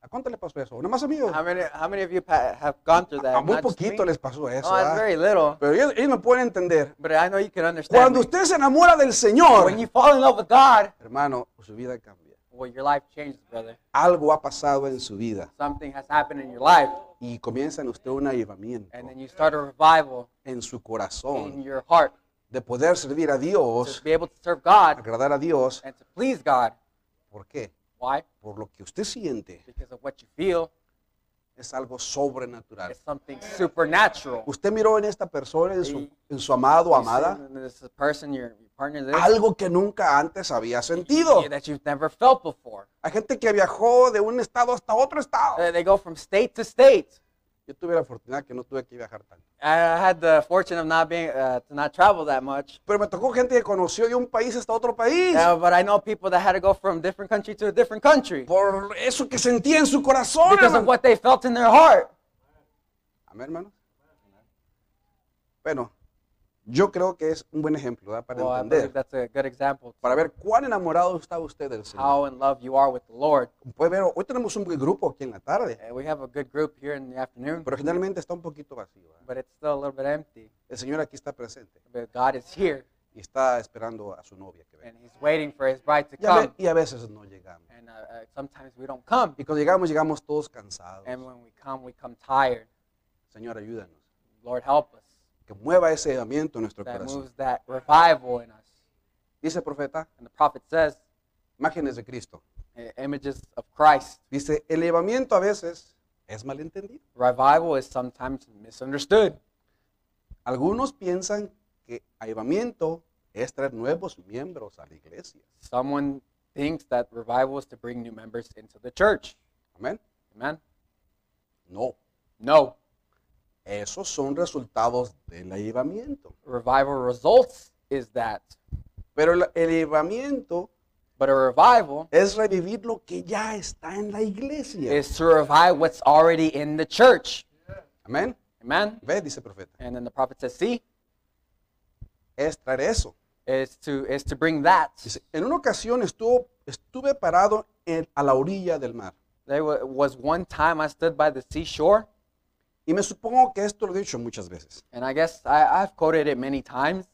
[SPEAKER 1] ¿A cuánto le pasó eso? ¿Una más amigo?
[SPEAKER 2] How many, how many of you pa- have gone through that?
[SPEAKER 1] A muy
[SPEAKER 2] Not just me.
[SPEAKER 1] poquito les pasó eso.
[SPEAKER 2] Oh,
[SPEAKER 1] ¿ah?
[SPEAKER 2] it's very little.
[SPEAKER 1] Pero ellos, ellos no pueden entender.
[SPEAKER 2] But I know you can understand.
[SPEAKER 1] Cuando
[SPEAKER 2] me.
[SPEAKER 1] usted se enamora del Señor,
[SPEAKER 2] When you fall in love with God,
[SPEAKER 1] hermano, su vida cambia.
[SPEAKER 2] well, your life changes, brother.
[SPEAKER 1] Algo ha pasado en su vida
[SPEAKER 2] Something has happened in your life,
[SPEAKER 1] y comienza en usted un avivamiento
[SPEAKER 2] and then you start a revival
[SPEAKER 1] en su
[SPEAKER 2] in
[SPEAKER 1] corazón
[SPEAKER 2] your heart
[SPEAKER 1] de poder servir a
[SPEAKER 2] to
[SPEAKER 1] Dios,
[SPEAKER 2] be able to serve God
[SPEAKER 1] agradar a Dios.
[SPEAKER 2] and to please God.
[SPEAKER 1] ¿Por qué?
[SPEAKER 2] Why?
[SPEAKER 1] Por lo que usted siente
[SPEAKER 2] Because of what you feel.
[SPEAKER 1] es algo sobrenatural.
[SPEAKER 2] It's something supernatural.
[SPEAKER 1] Usted miró en esta persona, en su, en su amado o
[SPEAKER 2] You see,
[SPEAKER 1] amada,
[SPEAKER 2] This is a person, your, your partner, this,
[SPEAKER 1] algo que nunca antes había sentido.
[SPEAKER 2] that you've never felt before.
[SPEAKER 1] Hay gente que viajó de un estado hasta otro estado.
[SPEAKER 2] Uh, They go from state to state.
[SPEAKER 1] Yo tuve la fortuna que no tuve que viajar tanto.
[SPEAKER 2] I I had the fortune of not being uh, to not travel that much,
[SPEAKER 1] Pero me tocó gente que conoció de un país hasta otro país.
[SPEAKER 2] uh, but I know people that had to go from different country to a different country
[SPEAKER 1] Por eso que sentía en su corazón.
[SPEAKER 2] because of
[SPEAKER 1] hermano.
[SPEAKER 2] what they felt in their heart.
[SPEAKER 1] Amén, hermano. Bueno, yo creo que es un buen ejemplo ¿verdad? para
[SPEAKER 2] Well, I believe
[SPEAKER 1] entender,
[SPEAKER 2] that's a good example
[SPEAKER 1] para ver cuán enamorado está usted del Señor.
[SPEAKER 2] how in love you are with the Lord.
[SPEAKER 1] Puede ver, hoy tenemos un buen grupo aquí en la tarde,
[SPEAKER 2] Uh, we have a good group here in the afternoon,
[SPEAKER 1] pero generalmente está un poquito vacío. ¿verdad?
[SPEAKER 2] but it's still a little bit empty.
[SPEAKER 1] El Señor aquí está presente
[SPEAKER 2] But God is here
[SPEAKER 1] y está esperando a su novia que venga.
[SPEAKER 2] and He's waiting for His bride to
[SPEAKER 1] Y a, ve-
[SPEAKER 2] come.
[SPEAKER 1] y a veces no llegamos.
[SPEAKER 2] And uh, uh, sometimes we don't come,
[SPEAKER 1] Y cuando llegamos, llegamos todos cansados.
[SPEAKER 2] and when we come, we come tired.
[SPEAKER 1] Señor, ayúdanos.
[SPEAKER 2] Lord, help us.
[SPEAKER 1] Que mueva ese llamamiento en nuestro
[SPEAKER 2] That
[SPEAKER 1] corazón.
[SPEAKER 2] moves that revival in us.
[SPEAKER 1] Dice el profeta,
[SPEAKER 2] And the prophet says,
[SPEAKER 1] imágenes de Cristo.
[SPEAKER 2] i- images of Christ.
[SPEAKER 1] Dice, el levamiento a veces es malentendido.
[SPEAKER 2] Revival is sometimes misunderstood.
[SPEAKER 1] Algunos piensan que avivamiento es traer nuevos miembros a la iglesia.
[SPEAKER 2] Someone thinks that revival is to bring new members into the church.
[SPEAKER 1] Amén.
[SPEAKER 2] Amen?
[SPEAKER 1] No,
[SPEAKER 2] No.
[SPEAKER 1] esos son resultados del avivamiento.
[SPEAKER 2] Revival results is that.
[SPEAKER 1] Pero el, el avivamiento
[SPEAKER 2] But a revival
[SPEAKER 1] es revivir lo que ya está en la iglesia.
[SPEAKER 2] is to revive what's already in the church.
[SPEAKER 1] Amén.
[SPEAKER 2] Amen?
[SPEAKER 1] Ve, dice el profeta.
[SPEAKER 2] And then the prophet says, see,
[SPEAKER 1] Es traer eso.
[SPEAKER 2] is to is to bring that.
[SPEAKER 1] Dice, en una ocasión estuvo, estuve parado en- a la orilla del mar.
[SPEAKER 2] There wa- was one time I stood by the seashore,
[SPEAKER 1] Y me supongo que esto lo he dicho muchas veces.
[SPEAKER 2] and I guess I, I've quoted it many times,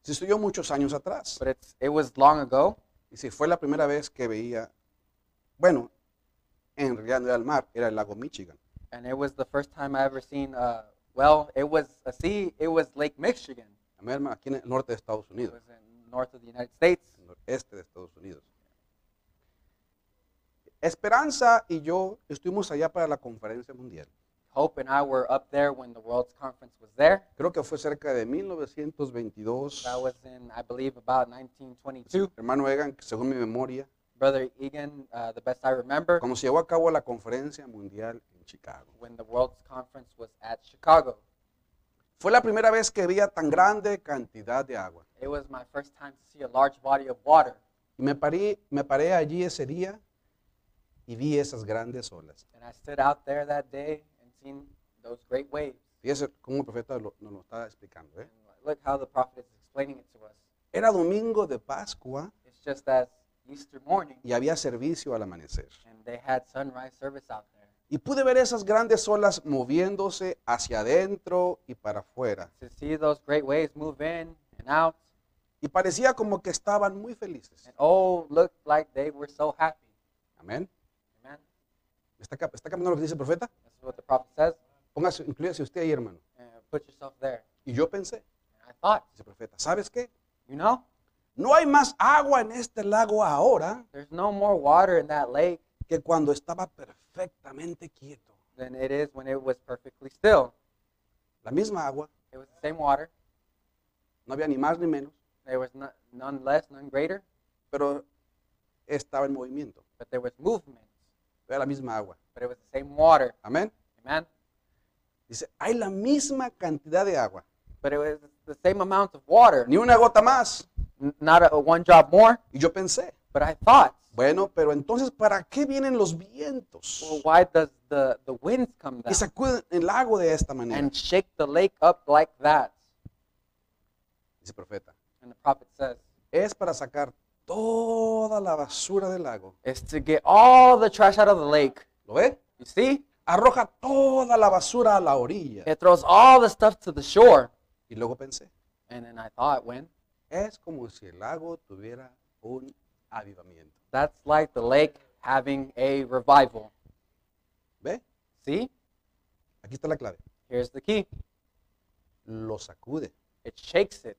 [SPEAKER 1] Se estudió muchos años atrás.
[SPEAKER 2] but it's it was long ago.
[SPEAKER 1] Y si fue la primera vez que veía, bueno, en realidad no era el mar, era el lago Michigan.
[SPEAKER 2] and it was the first time I ever seen. Uh, well, it was a sea. It was Lake Michigan.
[SPEAKER 1] Amén, hermano, Aquí en el norte de Estados
[SPEAKER 2] It
[SPEAKER 1] Unidos,
[SPEAKER 2] was in north of the United States.
[SPEAKER 1] en el noreste de Estados Unidos. Esperanza y yo estuvimos allá para la conferencia mundial.
[SPEAKER 2] Hope and I were up there when the World's Conference was there.
[SPEAKER 1] Creo que fue cerca de 1922.
[SPEAKER 2] That was in, I believe, about 1922.
[SPEAKER 1] Hermano Egan, según mi memoria,
[SPEAKER 2] Brother Egan, uh, the best I remember,
[SPEAKER 1] cuando se llevó a cabo la conferencia mundial en Chicago.
[SPEAKER 2] when the World's Conference was at Chicago.
[SPEAKER 1] Fue la primera vez que veía tan grande cantidad de agua.
[SPEAKER 2] It was my first time to see a large body of water,
[SPEAKER 1] Y me paré, me paré allí ese día y vi esas grandes olas.
[SPEAKER 2] and I stood out there that day and seen those great waves.
[SPEAKER 1] Fíjese cómo el profeta lo- nos lo está explicando. ¿eh?
[SPEAKER 2] And look how the prophet is explaining it to us.
[SPEAKER 1] Era domingo de Pascua
[SPEAKER 2] It's just as Easter morning,
[SPEAKER 1] y había servicio al amanecer.
[SPEAKER 2] and they had sunrise service out there.
[SPEAKER 1] Y pude ver esas grandes olas moviéndose hacia adentro y para afuera.
[SPEAKER 2] To see those great waves move in and out,
[SPEAKER 1] Y parecía como que estaban muy felices.
[SPEAKER 2] and oh, looked like they were so happy.
[SPEAKER 1] Amén.
[SPEAKER 2] Amen.
[SPEAKER 1] ¿Está, cap- está caminando lo que dice el profeta?
[SPEAKER 2] This is what the prophet says.
[SPEAKER 1] Póngase, incluyase usted ahí, hermano.
[SPEAKER 2] And put yourself there.
[SPEAKER 1] Y yo pensé,
[SPEAKER 2] And I thought,
[SPEAKER 1] dice el profeta, ¿sabes qué?
[SPEAKER 2] you know,
[SPEAKER 1] No hay más agua en este lago ahora
[SPEAKER 2] there's no more water in that lake
[SPEAKER 1] que cuando estaba perfectamente quieto.
[SPEAKER 2] than it is when it was perfectly still.
[SPEAKER 1] La misma agua,
[SPEAKER 2] It was the same water.
[SPEAKER 1] no había ni más ni menos,
[SPEAKER 2] There was no, none less, none greater,
[SPEAKER 1] pero estaba en movimiento.
[SPEAKER 2] but there was movement.
[SPEAKER 1] Era la misma agua.
[SPEAKER 2] But it was the same water.
[SPEAKER 1] Amén.
[SPEAKER 2] Amen.
[SPEAKER 1] Dice, hay la misma cantidad de agua.
[SPEAKER 2] But it was the same amount of water.
[SPEAKER 1] Ni una gota más.
[SPEAKER 2] N- Not a, a one drop more.
[SPEAKER 1] Y yo pensé,
[SPEAKER 2] But I thought,
[SPEAKER 1] bueno, pero entonces, ¿para qué vienen los vientos?
[SPEAKER 2] well, why does the, the winds come
[SPEAKER 1] Y
[SPEAKER 2] down
[SPEAKER 1] sacuden el lago de esta manera.
[SPEAKER 2] and shake the lake up like that?
[SPEAKER 1] dice el profeta.
[SPEAKER 2] And the prophet says,
[SPEAKER 1] Es para sacar toda la basura del lago.
[SPEAKER 2] is to get all the trash out of the lake.
[SPEAKER 1] ¿Lo ve?
[SPEAKER 2] You see?
[SPEAKER 1] Arroja toda la basura a la orilla.
[SPEAKER 2] It throws all the stuff to the shore.
[SPEAKER 1] Y luego pensé,
[SPEAKER 2] And then I thought, when?
[SPEAKER 1] es como si el lago tuviera un avivamiento.
[SPEAKER 2] That's like the lake having a revival.
[SPEAKER 1] ¿Ve?
[SPEAKER 2] See?
[SPEAKER 1] Aquí está la clave.
[SPEAKER 2] Here's the key
[SPEAKER 1] Lo sacude,
[SPEAKER 2] it shakes it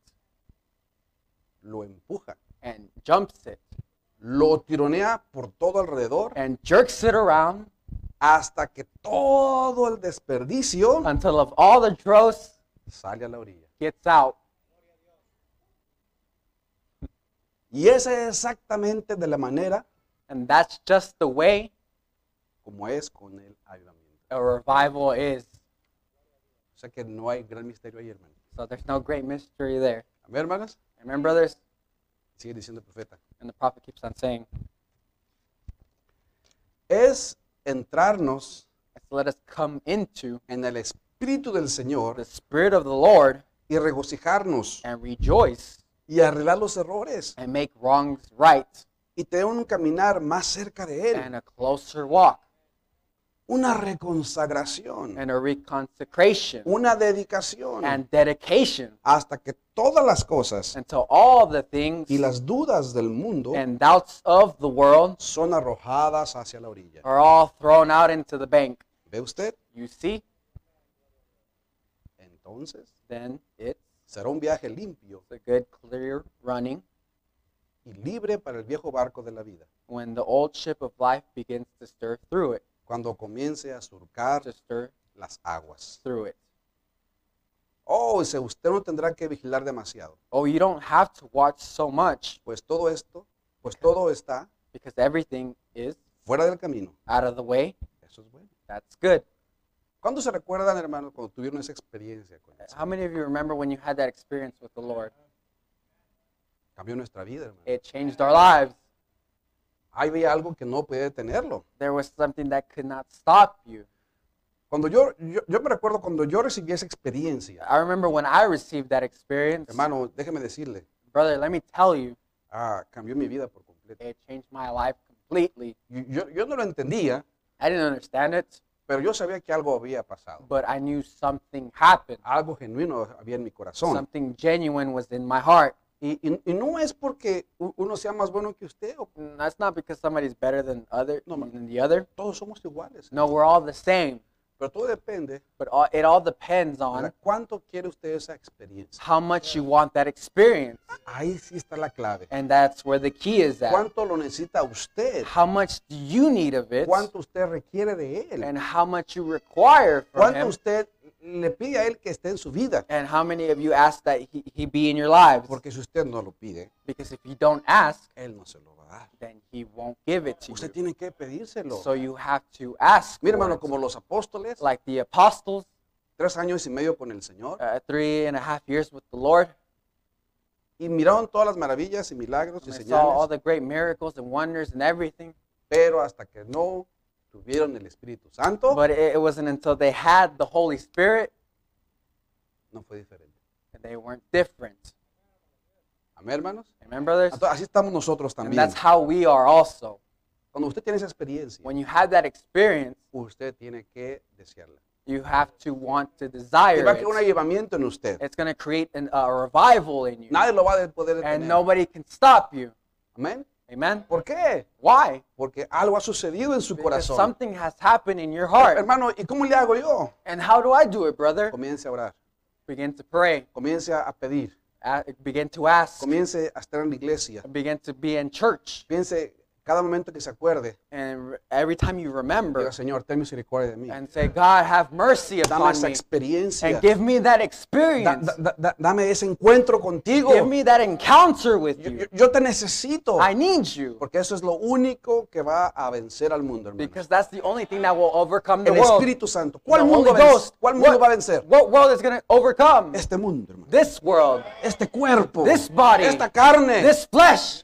[SPEAKER 1] lo empuja,
[SPEAKER 2] and jumps it
[SPEAKER 1] lo tironea por todo alrededor
[SPEAKER 2] and jerks it around
[SPEAKER 1] hasta que todo el desperdicio
[SPEAKER 2] until of all the dross
[SPEAKER 1] sale a la orilla.
[SPEAKER 2] gets out.
[SPEAKER 1] Y esa es exactamente de la manera
[SPEAKER 2] And that's just the way
[SPEAKER 1] como es con el avivamiento.
[SPEAKER 2] a revival is.
[SPEAKER 1] O sea que no hay gran misterio ahí, hermano.
[SPEAKER 2] So there's no great mystery there.
[SPEAKER 1] Amén, hermanos.
[SPEAKER 2] Amen, brothers?
[SPEAKER 1] Sigue diciendo el profeta.
[SPEAKER 2] And the prophet keeps on saying,
[SPEAKER 1] Es entrarnos
[SPEAKER 2] "Let's let us come into
[SPEAKER 1] en el espíritu del
[SPEAKER 2] the
[SPEAKER 1] Señor
[SPEAKER 2] Spirit of the Lord
[SPEAKER 1] y regocijarnos
[SPEAKER 2] and rejoice
[SPEAKER 1] y arreglar los errores
[SPEAKER 2] and make wrongs right
[SPEAKER 1] y tener un caminar más cerca de Él.
[SPEAKER 2] and a closer walk
[SPEAKER 1] Una reconsagración,
[SPEAKER 2] and a reconsecration
[SPEAKER 1] una dedicación
[SPEAKER 2] and dedication
[SPEAKER 1] hasta que todas las cosas
[SPEAKER 2] until all the things
[SPEAKER 1] y las dudas del mundo
[SPEAKER 2] and doubts of the world
[SPEAKER 1] son arrojadas hacia la orilla.
[SPEAKER 2] are all thrown out into the bank.
[SPEAKER 1] ¿Ve usted?
[SPEAKER 2] You see?
[SPEAKER 1] Entonces
[SPEAKER 2] Then it's
[SPEAKER 1] será un viaje limpio
[SPEAKER 2] a good, clear running
[SPEAKER 1] y libre para el viejo barco de la vida,
[SPEAKER 2] when the old ship of life begins to stir through it,
[SPEAKER 1] cuando comience a surcar
[SPEAKER 2] to stir
[SPEAKER 1] las aguas.
[SPEAKER 2] through it.
[SPEAKER 1] Oh, dice, usted no tendrá que vigilar demasiado,
[SPEAKER 2] Oh, you don't have to watch so much
[SPEAKER 1] pues todo esto, pues todo está
[SPEAKER 2] because everything is
[SPEAKER 1] fuera del camino.
[SPEAKER 2] out of the way.
[SPEAKER 1] Eso es bueno.
[SPEAKER 2] That's good.
[SPEAKER 1] ¿Cuándo se recuerdan, hermano, cuando tuvieron esa experiencia con eso?
[SPEAKER 2] How many of you remember when you had that experience with the Lord?
[SPEAKER 1] Cambió nuestra vida, hermano.
[SPEAKER 2] It changed our lives.
[SPEAKER 1] Ahí había algo que no podía detenerlo.
[SPEAKER 2] There was something that could not stop you.
[SPEAKER 1] Cuando yo, yo, yo me recuerdo cuando yo recibí esa experiencia,
[SPEAKER 2] I remember when I received that experience.
[SPEAKER 1] hermano, déjeme decirle,
[SPEAKER 2] Brother, let me tell you,
[SPEAKER 1] ah, cambió mi vida por completo.
[SPEAKER 2] it changed my life completely.
[SPEAKER 1] Y Yo, yo no lo entendía,
[SPEAKER 2] I didn't understand it,
[SPEAKER 1] pero yo sabía que algo había pasado.
[SPEAKER 2] but I knew something happened.
[SPEAKER 1] Algo genuino había en mi corazón.
[SPEAKER 2] Something genuine was in my heart.
[SPEAKER 1] Y, y- y no es porque u- uno sea más bueno que usted, o
[SPEAKER 2] And that's not because somebody's better than other
[SPEAKER 1] No, ma-
[SPEAKER 2] than the other.
[SPEAKER 1] todos somos iguales.
[SPEAKER 2] No, we're all the same.
[SPEAKER 1] Pero todo depende
[SPEAKER 2] But all, it all depends
[SPEAKER 1] de
[SPEAKER 2] on
[SPEAKER 1] cuánto quiere usted esa experiencia.
[SPEAKER 2] how much you want that experience,
[SPEAKER 1] Ahí sí está la clave.
[SPEAKER 2] and that's where the key is at.
[SPEAKER 1] ¿Cuánto lo necesita usted?
[SPEAKER 2] How much do you need of it,
[SPEAKER 1] ¿Cuánto usted requiere de él?
[SPEAKER 2] and how much you require from
[SPEAKER 1] ¿Cuánto
[SPEAKER 2] him,
[SPEAKER 1] usted le pide a él que esté en su vida?
[SPEAKER 2] and how many of you ask that he, he be in your lives?
[SPEAKER 1] Porque si usted no lo pide,
[SPEAKER 2] Because if you don't ask,
[SPEAKER 1] él no se lo va a dar.
[SPEAKER 2] then he won't give it to
[SPEAKER 1] Usted
[SPEAKER 2] you.
[SPEAKER 1] tiene que pedírselo.
[SPEAKER 2] So you have to ask.
[SPEAKER 1] Mira,
[SPEAKER 2] for
[SPEAKER 1] hermano,
[SPEAKER 2] it.
[SPEAKER 1] como los apóstoles,
[SPEAKER 2] like the apostles,
[SPEAKER 1] tres años y medio con el Señor,
[SPEAKER 2] uh, three and a half years with the Lord,
[SPEAKER 1] y miraron todas las maravillas y milagros y
[SPEAKER 2] and they saw all
[SPEAKER 1] señales,
[SPEAKER 2] the great miracles and wonders and everything.
[SPEAKER 1] pero hasta que no tuvieron el Espíritu Santo,
[SPEAKER 2] But it, it wasn't until they had the Holy Spirit
[SPEAKER 1] no fue diferente.
[SPEAKER 2] that they weren't different.
[SPEAKER 1] Amén, hermanos.
[SPEAKER 2] Amen, brothers?
[SPEAKER 1] Entonces, así estamos nosotros
[SPEAKER 2] And
[SPEAKER 1] también.
[SPEAKER 2] that's how we are also.
[SPEAKER 1] Cuando usted tiene esa experiencia,
[SPEAKER 2] When you have that experience,
[SPEAKER 1] usted tiene que desearla.
[SPEAKER 2] you have to want to
[SPEAKER 1] Y
[SPEAKER 2] desire
[SPEAKER 1] va a crear un
[SPEAKER 2] it.
[SPEAKER 1] avivamiento en usted.
[SPEAKER 2] It's going to create an, a revival in you.
[SPEAKER 1] Nadie lo va a poder
[SPEAKER 2] And
[SPEAKER 1] detener.
[SPEAKER 2] nobody can stop you.
[SPEAKER 1] Amén.
[SPEAKER 2] Amen?
[SPEAKER 1] ¿Por qué?
[SPEAKER 2] Why?
[SPEAKER 1] Porque algo ha sucedido en su
[SPEAKER 2] Because
[SPEAKER 1] corazón.
[SPEAKER 2] something has happened in your heart.
[SPEAKER 1] Hermano, ¿y cómo le hago yo?
[SPEAKER 2] And how do I do it, brother?
[SPEAKER 1] Comience a orar,
[SPEAKER 2] Begin to pray.
[SPEAKER 1] comience a pedir,
[SPEAKER 2] A- Begin to ask.
[SPEAKER 1] comience a estar en la iglesia,
[SPEAKER 2] Begin to be in church.
[SPEAKER 1] piense cada momento que se acuerde,
[SPEAKER 2] And every time you remember
[SPEAKER 1] diga Señor, ten misericordia de mí,
[SPEAKER 2] and say, God, have mercy
[SPEAKER 1] dame
[SPEAKER 2] upon
[SPEAKER 1] esa
[SPEAKER 2] me.
[SPEAKER 1] experiencia,
[SPEAKER 2] And give me that
[SPEAKER 1] Da-
[SPEAKER 2] experience.
[SPEAKER 1] da- da- da- dame ese encuentro contigo,
[SPEAKER 2] Give me that encounter with
[SPEAKER 1] yo,
[SPEAKER 2] you.
[SPEAKER 1] yo- yo te necesito,
[SPEAKER 2] I need you.
[SPEAKER 1] porque eso es lo único que va a vencer al mundo, hermano.
[SPEAKER 2] Because that's the only thing that will overcome the
[SPEAKER 1] El
[SPEAKER 2] world.
[SPEAKER 1] Espíritu Santo,
[SPEAKER 2] The
[SPEAKER 1] ¿cuál mundo,
[SPEAKER 2] Holy
[SPEAKER 1] ven-
[SPEAKER 2] Ghost.
[SPEAKER 1] cuál mundo
[SPEAKER 2] What-
[SPEAKER 1] va a vencer?
[SPEAKER 2] What world is going to overcome?
[SPEAKER 1] Este mundo, hermano,
[SPEAKER 2] This world.
[SPEAKER 1] este cuerpo,
[SPEAKER 2] This body.
[SPEAKER 1] esta carne,
[SPEAKER 2] This flesh.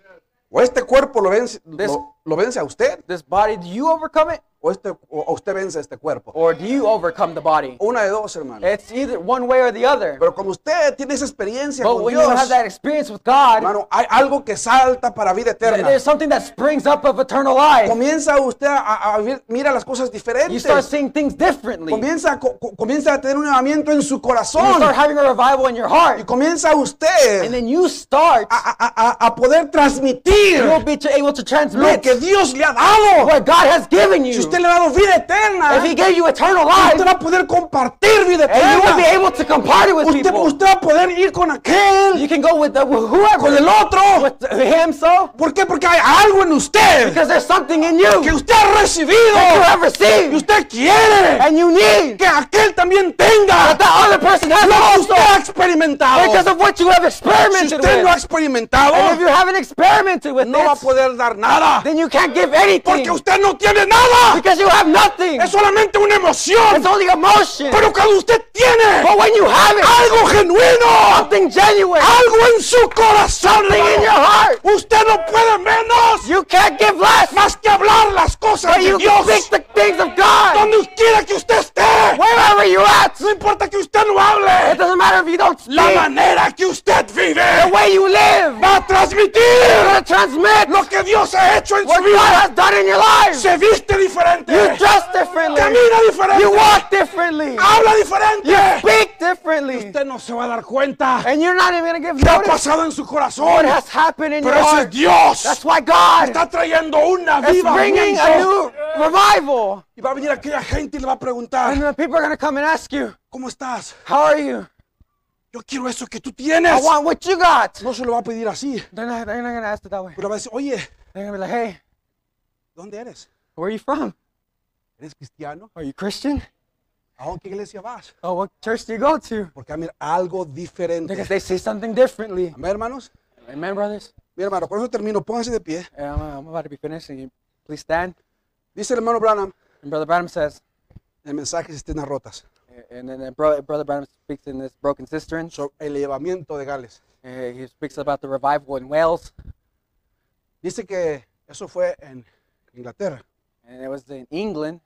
[SPEAKER 1] o este cuerpo lo vence,
[SPEAKER 2] This-
[SPEAKER 1] lo- lo vence a usted.
[SPEAKER 2] This body. Do you overcome it?
[SPEAKER 1] o, este, o o usted vence a este cuerpo.
[SPEAKER 2] Or do you overcome the body?
[SPEAKER 1] Una de dos, hermano.
[SPEAKER 2] It's either one way or the other.
[SPEAKER 1] Pero como usted tiene esa experiencia
[SPEAKER 2] But
[SPEAKER 1] con
[SPEAKER 2] when you have
[SPEAKER 1] Dios,
[SPEAKER 2] that experience with God,
[SPEAKER 1] hermano, hay algo que salta para vida eterna.
[SPEAKER 2] there's something that springs up of eternal life.
[SPEAKER 1] Comienza usted a, a vivir, mira las cosas
[SPEAKER 2] You
[SPEAKER 1] diferentes.
[SPEAKER 2] start seeing things differently. You
[SPEAKER 1] Comienza, a co- co- comienza a tener un avivamiento en su corazón.
[SPEAKER 2] start having a revival in your
[SPEAKER 1] Y
[SPEAKER 2] heart.
[SPEAKER 1] comienza
[SPEAKER 2] And
[SPEAKER 1] usted
[SPEAKER 2] then you start,
[SPEAKER 1] a, a- a- a poder transmitir
[SPEAKER 2] you'll be to- able to
[SPEAKER 1] lo
[SPEAKER 2] transmit
[SPEAKER 1] que Dios le ha dado.
[SPEAKER 2] what God has given you.
[SPEAKER 1] Si usted le ha dado vida eterna, ah,
[SPEAKER 2] If He gave you eternal life,
[SPEAKER 1] usted va a poder compartir vida
[SPEAKER 2] and you will be
[SPEAKER 1] eterna.
[SPEAKER 2] able to compart it with
[SPEAKER 1] Usted,
[SPEAKER 2] people.
[SPEAKER 1] usted va a poder ir con aquel.
[SPEAKER 2] You can go with, the, with whoever.
[SPEAKER 1] con el otro.
[SPEAKER 2] With him, so.
[SPEAKER 1] ¿Por qué? Porque hay algo en usted
[SPEAKER 2] Because there's something in you
[SPEAKER 1] que usted ha
[SPEAKER 2] that you
[SPEAKER 1] recibido
[SPEAKER 2] have
[SPEAKER 1] y
[SPEAKER 2] received
[SPEAKER 1] usted quiere
[SPEAKER 2] and you need
[SPEAKER 1] que aquel también tenga
[SPEAKER 2] that the other person has
[SPEAKER 1] lo que
[SPEAKER 2] also.
[SPEAKER 1] usted ha experimentado.
[SPEAKER 2] Because of what you have
[SPEAKER 1] Si
[SPEAKER 2] experimented
[SPEAKER 1] usted
[SPEAKER 2] with.
[SPEAKER 1] no ha experimentado,
[SPEAKER 2] And if you haven't experimented with
[SPEAKER 1] no va a
[SPEAKER 2] this,
[SPEAKER 1] poder dar nada
[SPEAKER 2] then you can't give anything
[SPEAKER 1] porque usted no tiene nada.
[SPEAKER 2] because you have nothing.
[SPEAKER 1] Es solamente una
[SPEAKER 2] It's
[SPEAKER 1] emoción.
[SPEAKER 2] only emotion.
[SPEAKER 1] Pero cuando usted tiene
[SPEAKER 2] But when you have it,
[SPEAKER 1] algo genuino,
[SPEAKER 2] something genuine,
[SPEAKER 1] algo en su corazón,
[SPEAKER 2] something in your
[SPEAKER 1] hermano,
[SPEAKER 2] heart,
[SPEAKER 1] usted no puede menos
[SPEAKER 2] you can't give less.
[SPEAKER 1] más que hablar las cosas
[SPEAKER 2] But
[SPEAKER 1] de
[SPEAKER 2] you can
[SPEAKER 1] Dios.
[SPEAKER 2] speak the things of God
[SPEAKER 1] Donde quiera que usted esté.
[SPEAKER 2] wherever you at.
[SPEAKER 1] No importa que usted no
[SPEAKER 2] It
[SPEAKER 1] hable.
[SPEAKER 2] doesn't matter if you don't speak.
[SPEAKER 1] La manera que usted
[SPEAKER 2] The
[SPEAKER 1] vive
[SPEAKER 2] way you live,
[SPEAKER 1] va a transmitir
[SPEAKER 2] you're gonna transmit
[SPEAKER 1] lo que Dios ha hecho en su
[SPEAKER 2] what God
[SPEAKER 1] vida.
[SPEAKER 2] has done in your life.
[SPEAKER 1] Se viste diferente.
[SPEAKER 2] You dress differently.
[SPEAKER 1] Camina diferente.
[SPEAKER 2] You walk differently.
[SPEAKER 1] Habla diferente.
[SPEAKER 2] Speak differently.
[SPEAKER 1] Usted no se va a dar cuenta.
[SPEAKER 2] And you're not even gonna give
[SPEAKER 1] ¿Qué ha
[SPEAKER 2] notice.
[SPEAKER 1] pasado en su
[SPEAKER 2] What
[SPEAKER 1] corazón?
[SPEAKER 2] has happened in your
[SPEAKER 1] Pero ese es
[SPEAKER 2] heart?
[SPEAKER 1] Dios.
[SPEAKER 2] That's why God
[SPEAKER 1] Está trayendo un
[SPEAKER 2] is bringing a
[SPEAKER 1] avivamiento.
[SPEAKER 2] new revival.
[SPEAKER 1] Y va a venir aquella gente y le va a
[SPEAKER 2] And
[SPEAKER 1] preguntar,
[SPEAKER 2] the people are going to come and ask you,
[SPEAKER 1] ¿cómo estás?
[SPEAKER 2] How are you?
[SPEAKER 1] Yo quiero eso que tú
[SPEAKER 2] I
[SPEAKER 1] tienes.
[SPEAKER 2] want what you got.
[SPEAKER 1] No se lo va a pedir así.
[SPEAKER 2] They're not, they're not going to ask it that way.
[SPEAKER 1] Pero va a decir, oye,
[SPEAKER 2] They're going to be like, Hey,
[SPEAKER 1] ¿dónde eres?
[SPEAKER 2] where are you from?
[SPEAKER 1] ¿Eres cristiano?
[SPEAKER 2] Are you Christian?
[SPEAKER 1] ¿A qué iglesia vas?
[SPEAKER 2] Oh, what church do you go to?
[SPEAKER 1] Porque a mí algo
[SPEAKER 2] Because
[SPEAKER 1] diferente.
[SPEAKER 2] they see something differently.
[SPEAKER 1] Amén, hermanos.
[SPEAKER 2] Amen, brothers.
[SPEAKER 1] Mi hermano, con eso termino. Pónganse de pie.
[SPEAKER 2] And I'm, I'm about to be finishing. Please stand.
[SPEAKER 1] Dice el hermano Branham,
[SPEAKER 2] And Brother Branham says,
[SPEAKER 1] el mensaje de Cisternas Rotas,
[SPEAKER 2] and then Bro- Brother Branham speaks in this broken cistern.
[SPEAKER 1] sobre el elevamiento de Gales.
[SPEAKER 2] Uh, he speaks about the revival in Wales.
[SPEAKER 1] Dice que eso fue en Inglaterra.
[SPEAKER 2] And it was in England.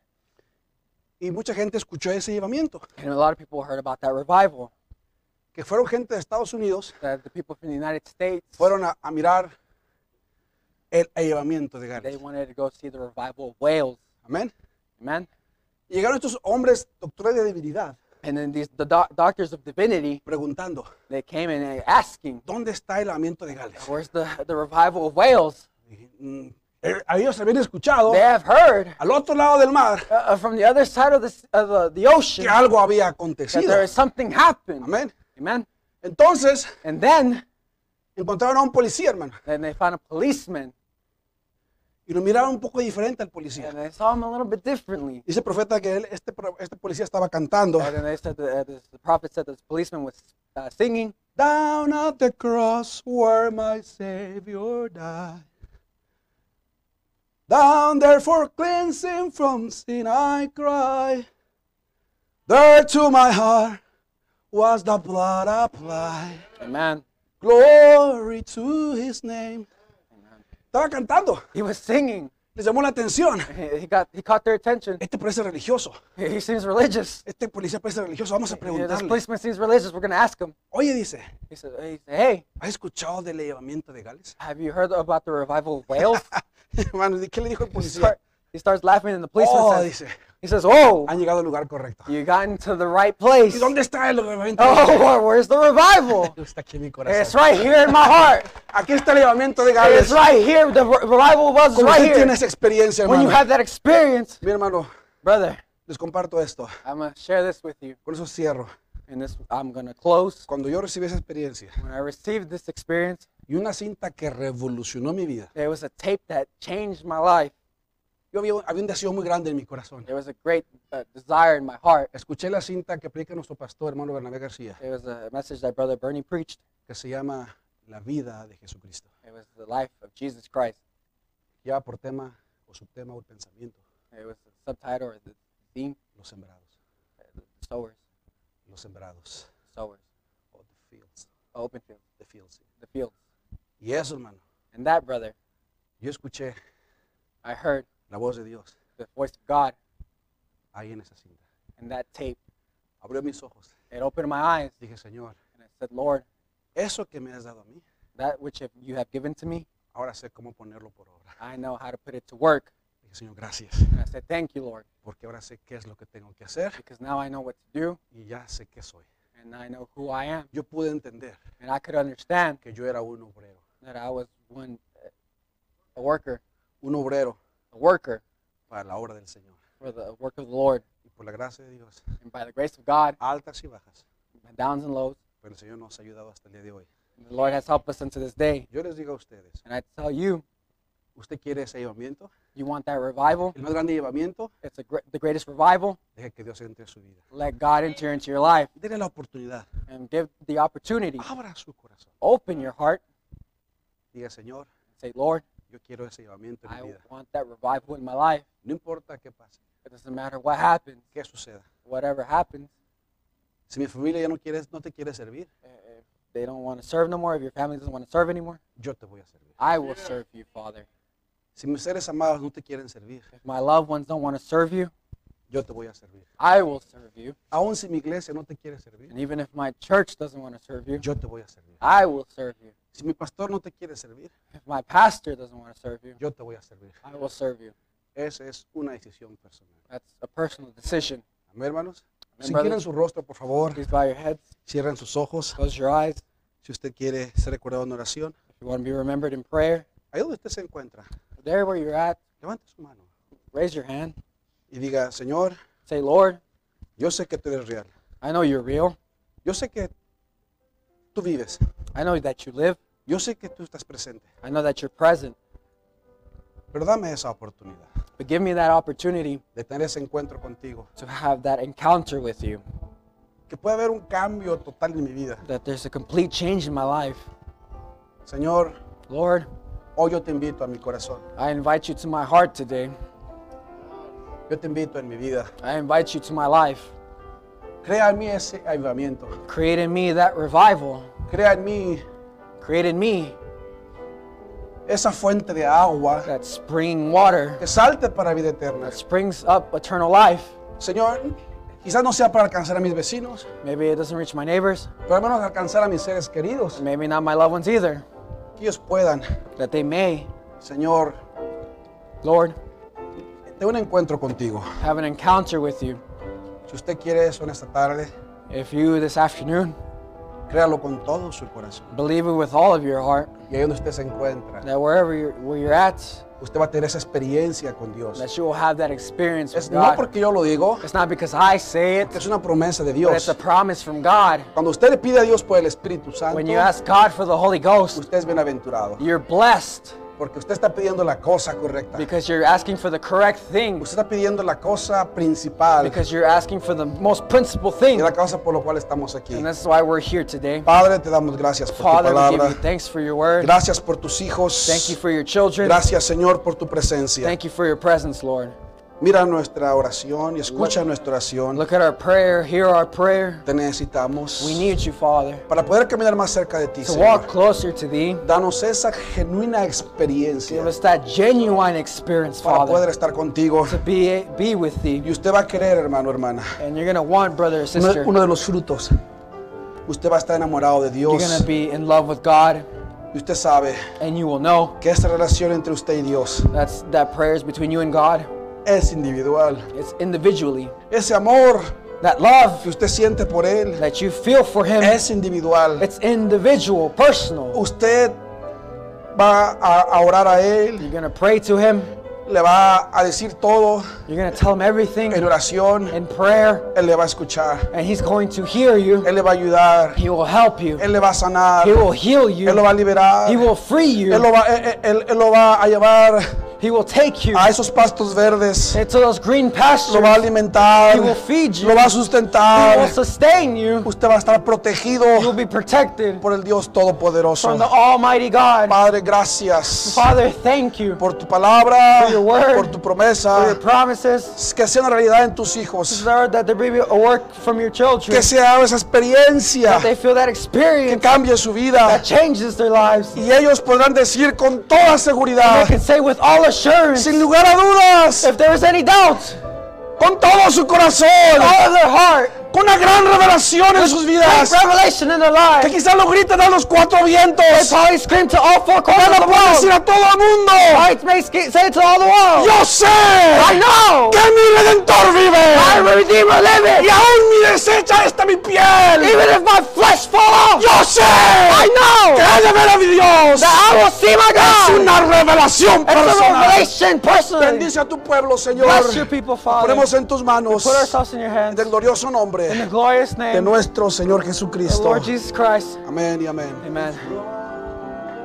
[SPEAKER 1] Y mucha gente escuchó ese elevamiento.
[SPEAKER 2] And a lot of people heard about that revival.
[SPEAKER 1] Que fueron gente de Estados Unidos,
[SPEAKER 2] That the people from the United States,
[SPEAKER 1] fueron a, a mirar el elevamiento de
[SPEAKER 2] they
[SPEAKER 1] Gales.
[SPEAKER 2] wanted to go see the revival of Wales.
[SPEAKER 1] Amén.
[SPEAKER 2] Amen.
[SPEAKER 1] Llegaron estos hombres, doctores de divinidad,
[SPEAKER 2] And then these the doc- doctors of divinity,
[SPEAKER 1] preguntando,
[SPEAKER 2] they came in and asking,
[SPEAKER 1] ¿dónde está el elevamiento de Gales?
[SPEAKER 2] "Where's the the revival of Wales?"
[SPEAKER 1] Mm, eh, A ellos habían escuchado,
[SPEAKER 2] They have heard
[SPEAKER 1] al otro lado del mar,
[SPEAKER 2] uh, uh, from the other side of the s- of the, the
[SPEAKER 1] que
[SPEAKER 2] ocean
[SPEAKER 1] algo había
[SPEAKER 2] that
[SPEAKER 1] acontecido.
[SPEAKER 2] there is something happened.
[SPEAKER 1] Amén.
[SPEAKER 2] Amen.
[SPEAKER 1] Entonces
[SPEAKER 2] And then
[SPEAKER 1] encontraron a un policía, hermano,
[SPEAKER 2] then they found a policeman
[SPEAKER 1] y lo miraron un poco diferente al policía.
[SPEAKER 2] and they saw him a little bit differently.
[SPEAKER 1] Dice el profeta que él, este, pro- este policía estaba cantando.
[SPEAKER 2] And then they said that, uh, this, the prophet said this policeman was uh, singing.
[SPEAKER 1] Down at the cross where my Savior died. Down there for cleansing from sin I cry. There to my heart was the blood applied.
[SPEAKER 2] Amen.
[SPEAKER 1] Glory to his name.
[SPEAKER 2] Amen.
[SPEAKER 1] Estaba cantando.
[SPEAKER 2] He was singing.
[SPEAKER 1] Le les llamó la atención.
[SPEAKER 2] He got he caught their
[SPEAKER 1] (laughs)
[SPEAKER 2] attention.
[SPEAKER 1] Este parece religioso.
[SPEAKER 2] He seems religious.
[SPEAKER 1] Este policía parece religioso. Vamos a
[SPEAKER 2] Yeah, this
[SPEAKER 1] preguntarle.
[SPEAKER 2] policeman seems religious. We're gonna ask him.
[SPEAKER 1] Oye, dice,
[SPEAKER 2] He said, he said, "Hey,
[SPEAKER 1] ¿has escuchado del elevamiento de Gales? (laughs)
[SPEAKER 2] have you heard about the revival of Wales?"
[SPEAKER 1] Hermano, ¿de ¿qué le dijo el
[SPEAKER 2] He
[SPEAKER 1] policía?
[SPEAKER 2] start- he starts laughing, and the policeman
[SPEAKER 1] Oh,
[SPEAKER 2] says,
[SPEAKER 1] dice,
[SPEAKER 2] "He says, oh,
[SPEAKER 1] han llegado al lugar correcto.
[SPEAKER 2] you got into the right place.
[SPEAKER 1] ¿Y dónde está el elevamiento?
[SPEAKER 2] (laughs) Oh, where's the
[SPEAKER 1] (laughs)
[SPEAKER 2] revival?
[SPEAKER 1] Está aquí en mi
[SPEAKER 2] It's
[SPEAKER 1] corazón.
[SPEAKER 2] right here in my heart.
[SPEAKER 1] Aquí está el elevamiento de Gales.
[SPEAKER 2] It's right here. The re- revival of Wales is
[SPEAKER 1] Como
[SPEAKER 2] right
[SPEAKER 1] usted tiene
[SPEAKER 2] here.
[SPEAKER 1] esa experiencia,
[SPEAKER 2] When you
[SPEAKER 1] hermano.
[SPEAKER 2] have that experience,
[SPEAKER 1] Mi hermano,
[SPEAKER 2] brother,
[SPEAKER 1] les comparto esto.
[SPEAKER 2] I'm gonna share this with you,
[SPEAKER 1] Con eso cierro.
[SPEAKER 2] and this I'm gonna close.
[SPEAKER 1] Cuando yo recibí esa experiencia
[SPEAKER 2] When I received this experience,
[SPEAKER 1] y una cinta que revolucionó mi vida,
[SPEAKER 2] there was a tape that changed my life.
[SPEAKER 1] yo había, había un deseo muy grande en mi corazón.
[SPEAKER 2] There was a great uh, desire in my heart.
[SPEAKER 1] Escuché la cinta que aplica nuestro pastor, hermano Bernabé García,
[SPEAKER 2] There was a message that Brother Bernie preached.
[SPEAKER 1] que se llama La vida de Jesucristo.
[SPEAKER 2] It was the life of Jesus Christ.
[SPEAKER 1] Lleva por tema o subtema o el pensamiento,
[SPEAKER 2] It was the subtitle or the theme,
[SPEAKER 1] los sembrados,
[SPEAKER 2] uh, the sowers,
[SPEAKER 1] los sembrados,
[SPEAKER 2] sowers,
[SPEAKER 1] o the fields,
[SPEAKER 2] open field,
[SPEAKER 1] the fields. sí.
[SPEAKER 2] the fields.
[SPEAKER 1] Y eso, hermano,
[SPEAKER 2] And that, brother,
[SPEAKER 1] yo escuché
[SPEAKER 2] I heard
[SPEAKER 1] la voz de Dios
[SPEAKER 2] the voice of God
[SPEAKER 1] ahí en esa cinta.
[SPEAKER 2] and that tape.
[SPEAKER 1] Abrió mis ojos.
[SPEAKER 2] It opened my eyes,
[SPEAKER 1] Dije, Señor,
[SPEAKER 2] and I said, Lord,
[SPEAKER 1] eso que me has dado a mí,
[SPEAKER 2] that which have- you have given to me,
[SPEAKER 1] ahora sé cómo ponerlo por obra.
[SPEAKER 2] I know how to put it to work.
[SPEAKER 1] Dije, Señor, gracias,
[SPEAKER 2] And I said, Thank you, Lord,
[SPEAKER 1] porque ahora sé qué es lo que tengo que hacer
[SPEAKER 2] because now I know what to do,
[SPEAKER 1] y ya sé qué soy.
[SPEAKER 2] and I know who I am.
[SPEAKER 1] Yo pude entender
[SPEAKER 2] And I could understand
[SPEAKER 1] que yo era un obrero,
[SPEAKER 2] that I was one, uh, a worker,
[SPEAKER 1] un obrero
[SPEAKER 2] a worker
[SPEAKER 1] para la obra del Señor.
[SPEAKER 2] for the work of the Lord.
[SPEAKER 1] Y por la gracia de Dios,
[SPEAKER 2] And by the grace of God,
[SPEAKER 1] altas y bajas,
[SPEAKER 2] my downs and lows,
[SPEAKER 1] pero el Señor nos ha ayudado hasta el día de hoy.
[SPEAKER 2] the Lord has helped us unto this day.
[SPEAKER 1] Yo les digo a ustedes,
[SPEAKER 2] And I tell you,
[SPEAKER 1] ¿usted quiere ese llevamiento?
[SPEAKER 2] you want that revival?
[SPEAKER 1] El más grande llevamiento,
[SPEAKER 2] It's a gr- the greatest revival.
[SPEAKER 1] deje que Dios entre en su vida.
[SPEAKER 2] Let God enter into your life
[SPEAKER 1] Dele la oportunidad,
[SPEAKER 2] and give the opportunity.
[SPEAKER 1] abra su corazón.
[SPEAKER 2] Open your heart
[SPEAKER 1] Diga, Señor,
[SPEAKER 2] and say, Lord,
[SPEAKER 1] yo quiero ese llevamiento en
[SPEAKER 2] I
[SPEAKER 1] mi vida.
[SPEAKER 2] want that revival in my life.
[SPEAKER 1] No importa qué pase,
[SPEAKER 2] It doesn't matter what happens,
[SPEAKER 1] qué suceda.
[SPEAKER 2] whatever happens.
[SPEAKER 1] Si mi familia ya no, quiere, no te quiere servir,
[SPEAKER 2] i- If they don't want to serve no more, if your family doesn't want to serve anymore,
[SPEAKER 1] yo te voy a servir.
[SPEAKER 2] I will serve you, Father.
[SPEAKER 1] Si mis seres amados no te quieren servir,
[SPEAKER 2] If my loved ones don't want to serve you,
[SPEAKER 1] yo te voy a servir.
[SPEAKER 2] I will serve you.
[SPEAKER 1] Aún si mi iglesia no te quiere servir,
[SPEAKER 2] And even if my church doesn't want to serve you,
[SPEAKER 1] yo te voy a servir.
[SPEAKER 2] I will serve you.
[SPEAKER 1] Si mi pastor no te quiere servir,
[SPEAKER 2] If my pastor doesn't want to serve you,
[SPEAKER 1] yo te voy a servir.
[SPEAKER 2] I will serve you.
[SPEAKER 1] Esa es una decisión personal.
[SPEAKER 2] That's a personal decision.
[SPEAKER 1] Amén, hermanos.
[SPEAKER 2] Amén,
[SPEAKER 1] Si
[SPEAKER 2] brother.
[SPEAKER 1] quieren su rostro, por favor,
[SPEAKER 2] Please bow your heads,
[SPEAKER 1] cierren sus ojos.
[SPEAKER 2] close your eyes.
[SPEAKER 1] Si usted quiere ser recordado en oración,
[SPEAKER 2] If you want to be remembered in prayer,
[SPEAKER 1] ahí donde usted se encuentra,
[SPEAKER 2] there where you're at,
[SPEAKER 1] levante su mano
[SPEAKER 2] raise your hand.
[SPEAKER 1] y diga, Señor,
[SPEAKER 2] Say, Lord,
[SPEAKER 1] yo sé que tú eres real.
[SPEAKER 2] I know you're real.
[SPEAKER 1] Yo sé que tú vives.
[SPEAKER 2] I know that you live.
[SPEAKER 1] Yo sé que tú estás presente.
[SPEAKER 2] I know that you're present.
[SPEAKER 1] Pero dame esa oportunidad
[SPEAKER 2] But give me that opportunity
[SPEAKER 1] de tener ese encuentro contigo.
[SPEAKER 2] to have that encounter with you,
[SPEAKER 1] Que pueda haber un cambio total en mi vida.
[SPEAKER 2] that there's a complete change in my life.
[SPEAKER 1] Señor,
[SPEAKER 2] Lord,
[SPEAKER 1] hoy yo te invito a mi corazón.
[SPEAKER 2] I invite you to my heart today.
[SPEAKER 1] Yo te invito en mi vida.
[SPEAKER 2] I invite you to my life.
[SPEAKER 1] Crea en mí ese avivamiento.
[SPEAKER 2] Create in me that revival.
[SPEAKER 1] Crea en mí
[SPEAKER 2] Create in me
[SPEAKER 1] esa fuente de agua
[SPEAKER 2] that spring water
[SPEAKER 1] que salte para vida eterna.
[SPEAKER 2] that springs up eternal life.
[SPEAKER 1] Señor, quizás no sea para alcanzar a mis vecinos,
[SPEAKER 2] Maybe it doesn't reach my neighbors.
[SPEAKER 1] pero al menos alcanzar a mis seres queridos.
[SPEAKER 2] Maybe not my loved ones either.
[SPEAKER 1] Que ellos puedan,
[SPEAKER 2] That they may,
[SPEAKER 1] Señor,
[SPEAKER 2] Lord,
[SPEAKER 1] tener un encuentro contigo.
[SPEAKER 2] have an encounter with you.
[SPEAKER 1] Si usted quiere eso en esta tarde,
[SPEAKER 2] If you this afternoon
[SPEAKER 1] créalo con todo su corazón.
[SPEAKER 2] believe it with all of your heart,
[SPEAKER 1] Y ahí donde usted se encuentra,
[SPEAKER 2] that wherever you're, where you're at,
[SPEAKER 1] usted va a tener esa experiencia con Dios.
[SPEAKER 2] that you will have that experience
[SPEAKER 1] Es
[SPEAKER 2] with
[SPEAKER 1] no
[SPEAKER 2] God.
[SPEAKER 1] porque yo lo digo,
[SPEAKER 2] It's not because I say
[SPEAKER 1] que
[SPEAKER 2] it,
[SPEAKER 1] es una promesa de
[SPEAKER 2] but it's
[SPEAKER 1] Dios.
[SPEAKER 2] a promise from God.
[SPEAKER 1] Cuando usted le pide a Dios por el Espíritu Santo,
[SPEAKER 2] When you ask God for the Holy Ghost,
[SPEAKER 1] usted es bienaventurado,
[SPEAKER 2] you're blessed
[SPEAKER 1] porque usted está pidiendo la cosa correcta.
[SPEAKER 2] because you're asking for the correct thing,
[SPEAKER 1] Usted está pidiendo la cosa principal,
[SPEAKER 2] because you're asking for the most principal thing.
[SPEAKER 1] y la causa por la cual estamos aquí.
[SPEAKER 2] And that's why we're here today.
[SPEAKER 1] Padre, te damos gracias por tu
[SPEAKER 2] Father, we give
[SPEAKER 1] palabra.
[SPEAKER 2] you thanks for your word.
[SPEAKER 1] Gracias por tus hijos.
[SPEAKER 2] Thank you for your children.
[SPEAKER 1] Gracias, Señor, por tu presencia.
[SPEAKER 2] Thank you for your presence, Lord.
[SPEAKER 1] Mira nuestra oración y escucha nuestra oración.
[SPEAKER 2] Look at our prayer. Hear our prayer.
[SPEAKER 1] Te necesitamos
[SPEAKER 2] We need you, Father,
[SPEAKER 1] para poder caminar más cerca de ti,
[SPEAKER 2] to walk
[SPEAKER 1] Señor.
[SPEAKER 2] closer to Thee.
[SPEAKER 1] Danos esa genuina experiencia
[SPEAKER 2] Give us that genuine experience,
[SPEAKER 1] para poder
[SPEAKER 2] Father,
[SPEAKER 1] estar contigo.
[SPEAKER 2] to be be with
[SPEAKER 1] Y
[SPEAKER 2] Thee.
[SPEAKER 1] usted va a querer, hermano, hermana,
[SPEAKER 2] And you're gonna want, brother or
[SPEAKER 1] uno,
[SPEAKER 2] sister,
[SPEAKER 1] uno de los frutos. Usted va a estar enamorado de
[SPEAKER 2] you're gonna
[SPEAKER 1] Dios.
[SPEAKER 2] be in love with God,
[SPEAKER 1] Y usted sabe
[SPEAKER 2] and you will know
[SPEAKER 1] que esta relación entre usted y Dios
[SPEAKER 2] that's that prayer is between you and God.
[SPEAKER 1] es individual.
[SPEAKER 2] It's individually.
[SPEAKER 1] Ese amor
[SPEAKER 2] That
[SPEAKER 1] que
[SPEAKER 2] love
[SPEAKER 1] usted siente por Él
[SPEAKER 2] that you feel for Him,
[SPEAKER 1] es individual.
[SPEAKER 2] it's individual, personal.
[SPEAKER 1] usted va a, a orar a Él,
[SPEAKER 2] You're gonna pray to Him.
[SPEAKER 1] le va a decir todo
[SPEAKER 2] You're gonna tell Him everything
[SPEAKER 1] en oración,
[SPEAKER 2] in prayer,
[SPEAKER 1] Él le va a escuchar,
[SPEAKER 2] and He's going to hear you.
[SPEAKER 1] Él le va a ayudar,
[SPEAKER 2] He will help you.
[SPEAKER 1] Él le va a sanar,
[SPEAKER 2] He will heal
[SPEAKER 1] Él lo va
[SPEAKER 2] you.
[SPEAKER 1] a liberar,
[SPEAKER 2] He
[SPEAKER 1] Él
[SPEAKER 2] will free you.
[SPEAKER 1] lo va, él- él- él- él lo va a llevar
[SPEAKER 2] He will take you
[SPEAKER 1] a esos pastos verdes,
[SPEAKER 2] into those green
[SPEAKER 1] lo va a
[SPEAKER 2] pastures.
[SPEAKER 1] alimentar,
[SPEAKER 2] He will feed you.
[SPEAKER 1] lo va a
[SPEAKER 2] He will
[SPEAKER 1] sustentar,
[SPEAKER 2] sustain you.
[SPEAKER 1] usted va a estar protegido
[SPEAKER 2] You'll be protected
[SPEAKER 1] por el Dios
[SPEAKER 2] from the
[SPEAKER 1] Todopoderoso.
[SPEAKER 2] Almighty God.
[SPEAKER 1] Padre, gracias
[SPEAKER 2] Father, thank you
[SPEAKER 1] por tu palabra,
[SPEAKER 2] For your word.
[SPEAKER 1] por tu
[SPEAKER 2] for your
[SPEAKER 1] promesa,
[SPEAKER 2] promises.
[SPEAKER 1] que sea una realidad en tus hijos.
[SPEAKER 2] Lord, that there be a work from your children.
[SPEAKER 1] que se haga esa experiencia
[SPEAKER 2] That they feel that
[SPEAKER 1] que
[SPEAKER 2] experience
[SPEAKER 1] cambie su vida
[SPEAKER 2] that changes their lives.
[SPEAKER 1] y ellos podrán decir con toda
[SPEAKER 2] They
[SPEAKER 1] seguridad,
[SPEAKER 2] can say with all assurance,
[SPEAKER 1] sin lugar a dudas,
[SPEAKER 2] if there is any doubt,
[SPEAKER 1] con todo su corazón,
[SPEAKER 2] all of their heart,
[SPEAKER 1] con una gran revelación en sus
[SPEAKER 2] great
[SPEAKER 1] vidas,
[SPEAKER 2] revelation in their
[SPEAKER 1] que
[SPEAKER 2] lives.
[SPEAKER 1] quizás lo griten a los cuatro
[SPEAKER 2] They
[SPEAKER 1] vientos,
[SPEAKER 2] probably scream to all four corners
[SPEAKER 1] que
[SPEAKER 2] of
[SPEAKER 1] lo
[SPEAKER 2] the
[SPEAKER 1] pueden decir
[SPEAKER 2] world.
[SPEAKER 1] a todo el mundo,
[SPEAKER 2] Might may sk- say it to all the world.
[SPEAKER 1] yo sé
[SPEAKER 2] I know.
[SPEAKER 1] que mi Redentor vive
[SPEAKER 2] My Redeemer liveth.
[SPEAKER 1] y aún mi deshecha está mi piel,
[SPEAKER 2] Even if my flesh fall off,
[SPEAKER 1] yo sé
[SPEAKER 2] I know
[SPEAKER 1] que he de ver a mi Dios,
[SPEAKER 2] that I will see
[SPEAKER 1] es
[SPEAKER 2] my God.
[SPEAKER 1] una revelación
[SPEAKER 2] It's a
[SPEAKER 1] personal.
[SPEAKER 2] revelation personally.
[SPEAKER 1] Bendice a tu pueblo, Señor.
[SPEAKER 2] Bless your people, Father.
[SPEAKER 1] Ponemos
[SPEAKER 2] Put
[SPEAKER 1] en tus manos
[SPEAKER 2] ourselves in your hands.
[SPEAKER 1] del glorioso nombre
[SPEAKER 2] In the
[SPEAKER 1] de
[SPEAKER 2] glorious name of
[SPEAKER 1] nuestro Señor
[SPEAKER 2] the
[SPEAKER 1] Jesucristo.
[SPEAKER 2] Lord Jesus Christ.
[SPEAKER 1] Amén y amén.
[SPEAKER 2] Amen.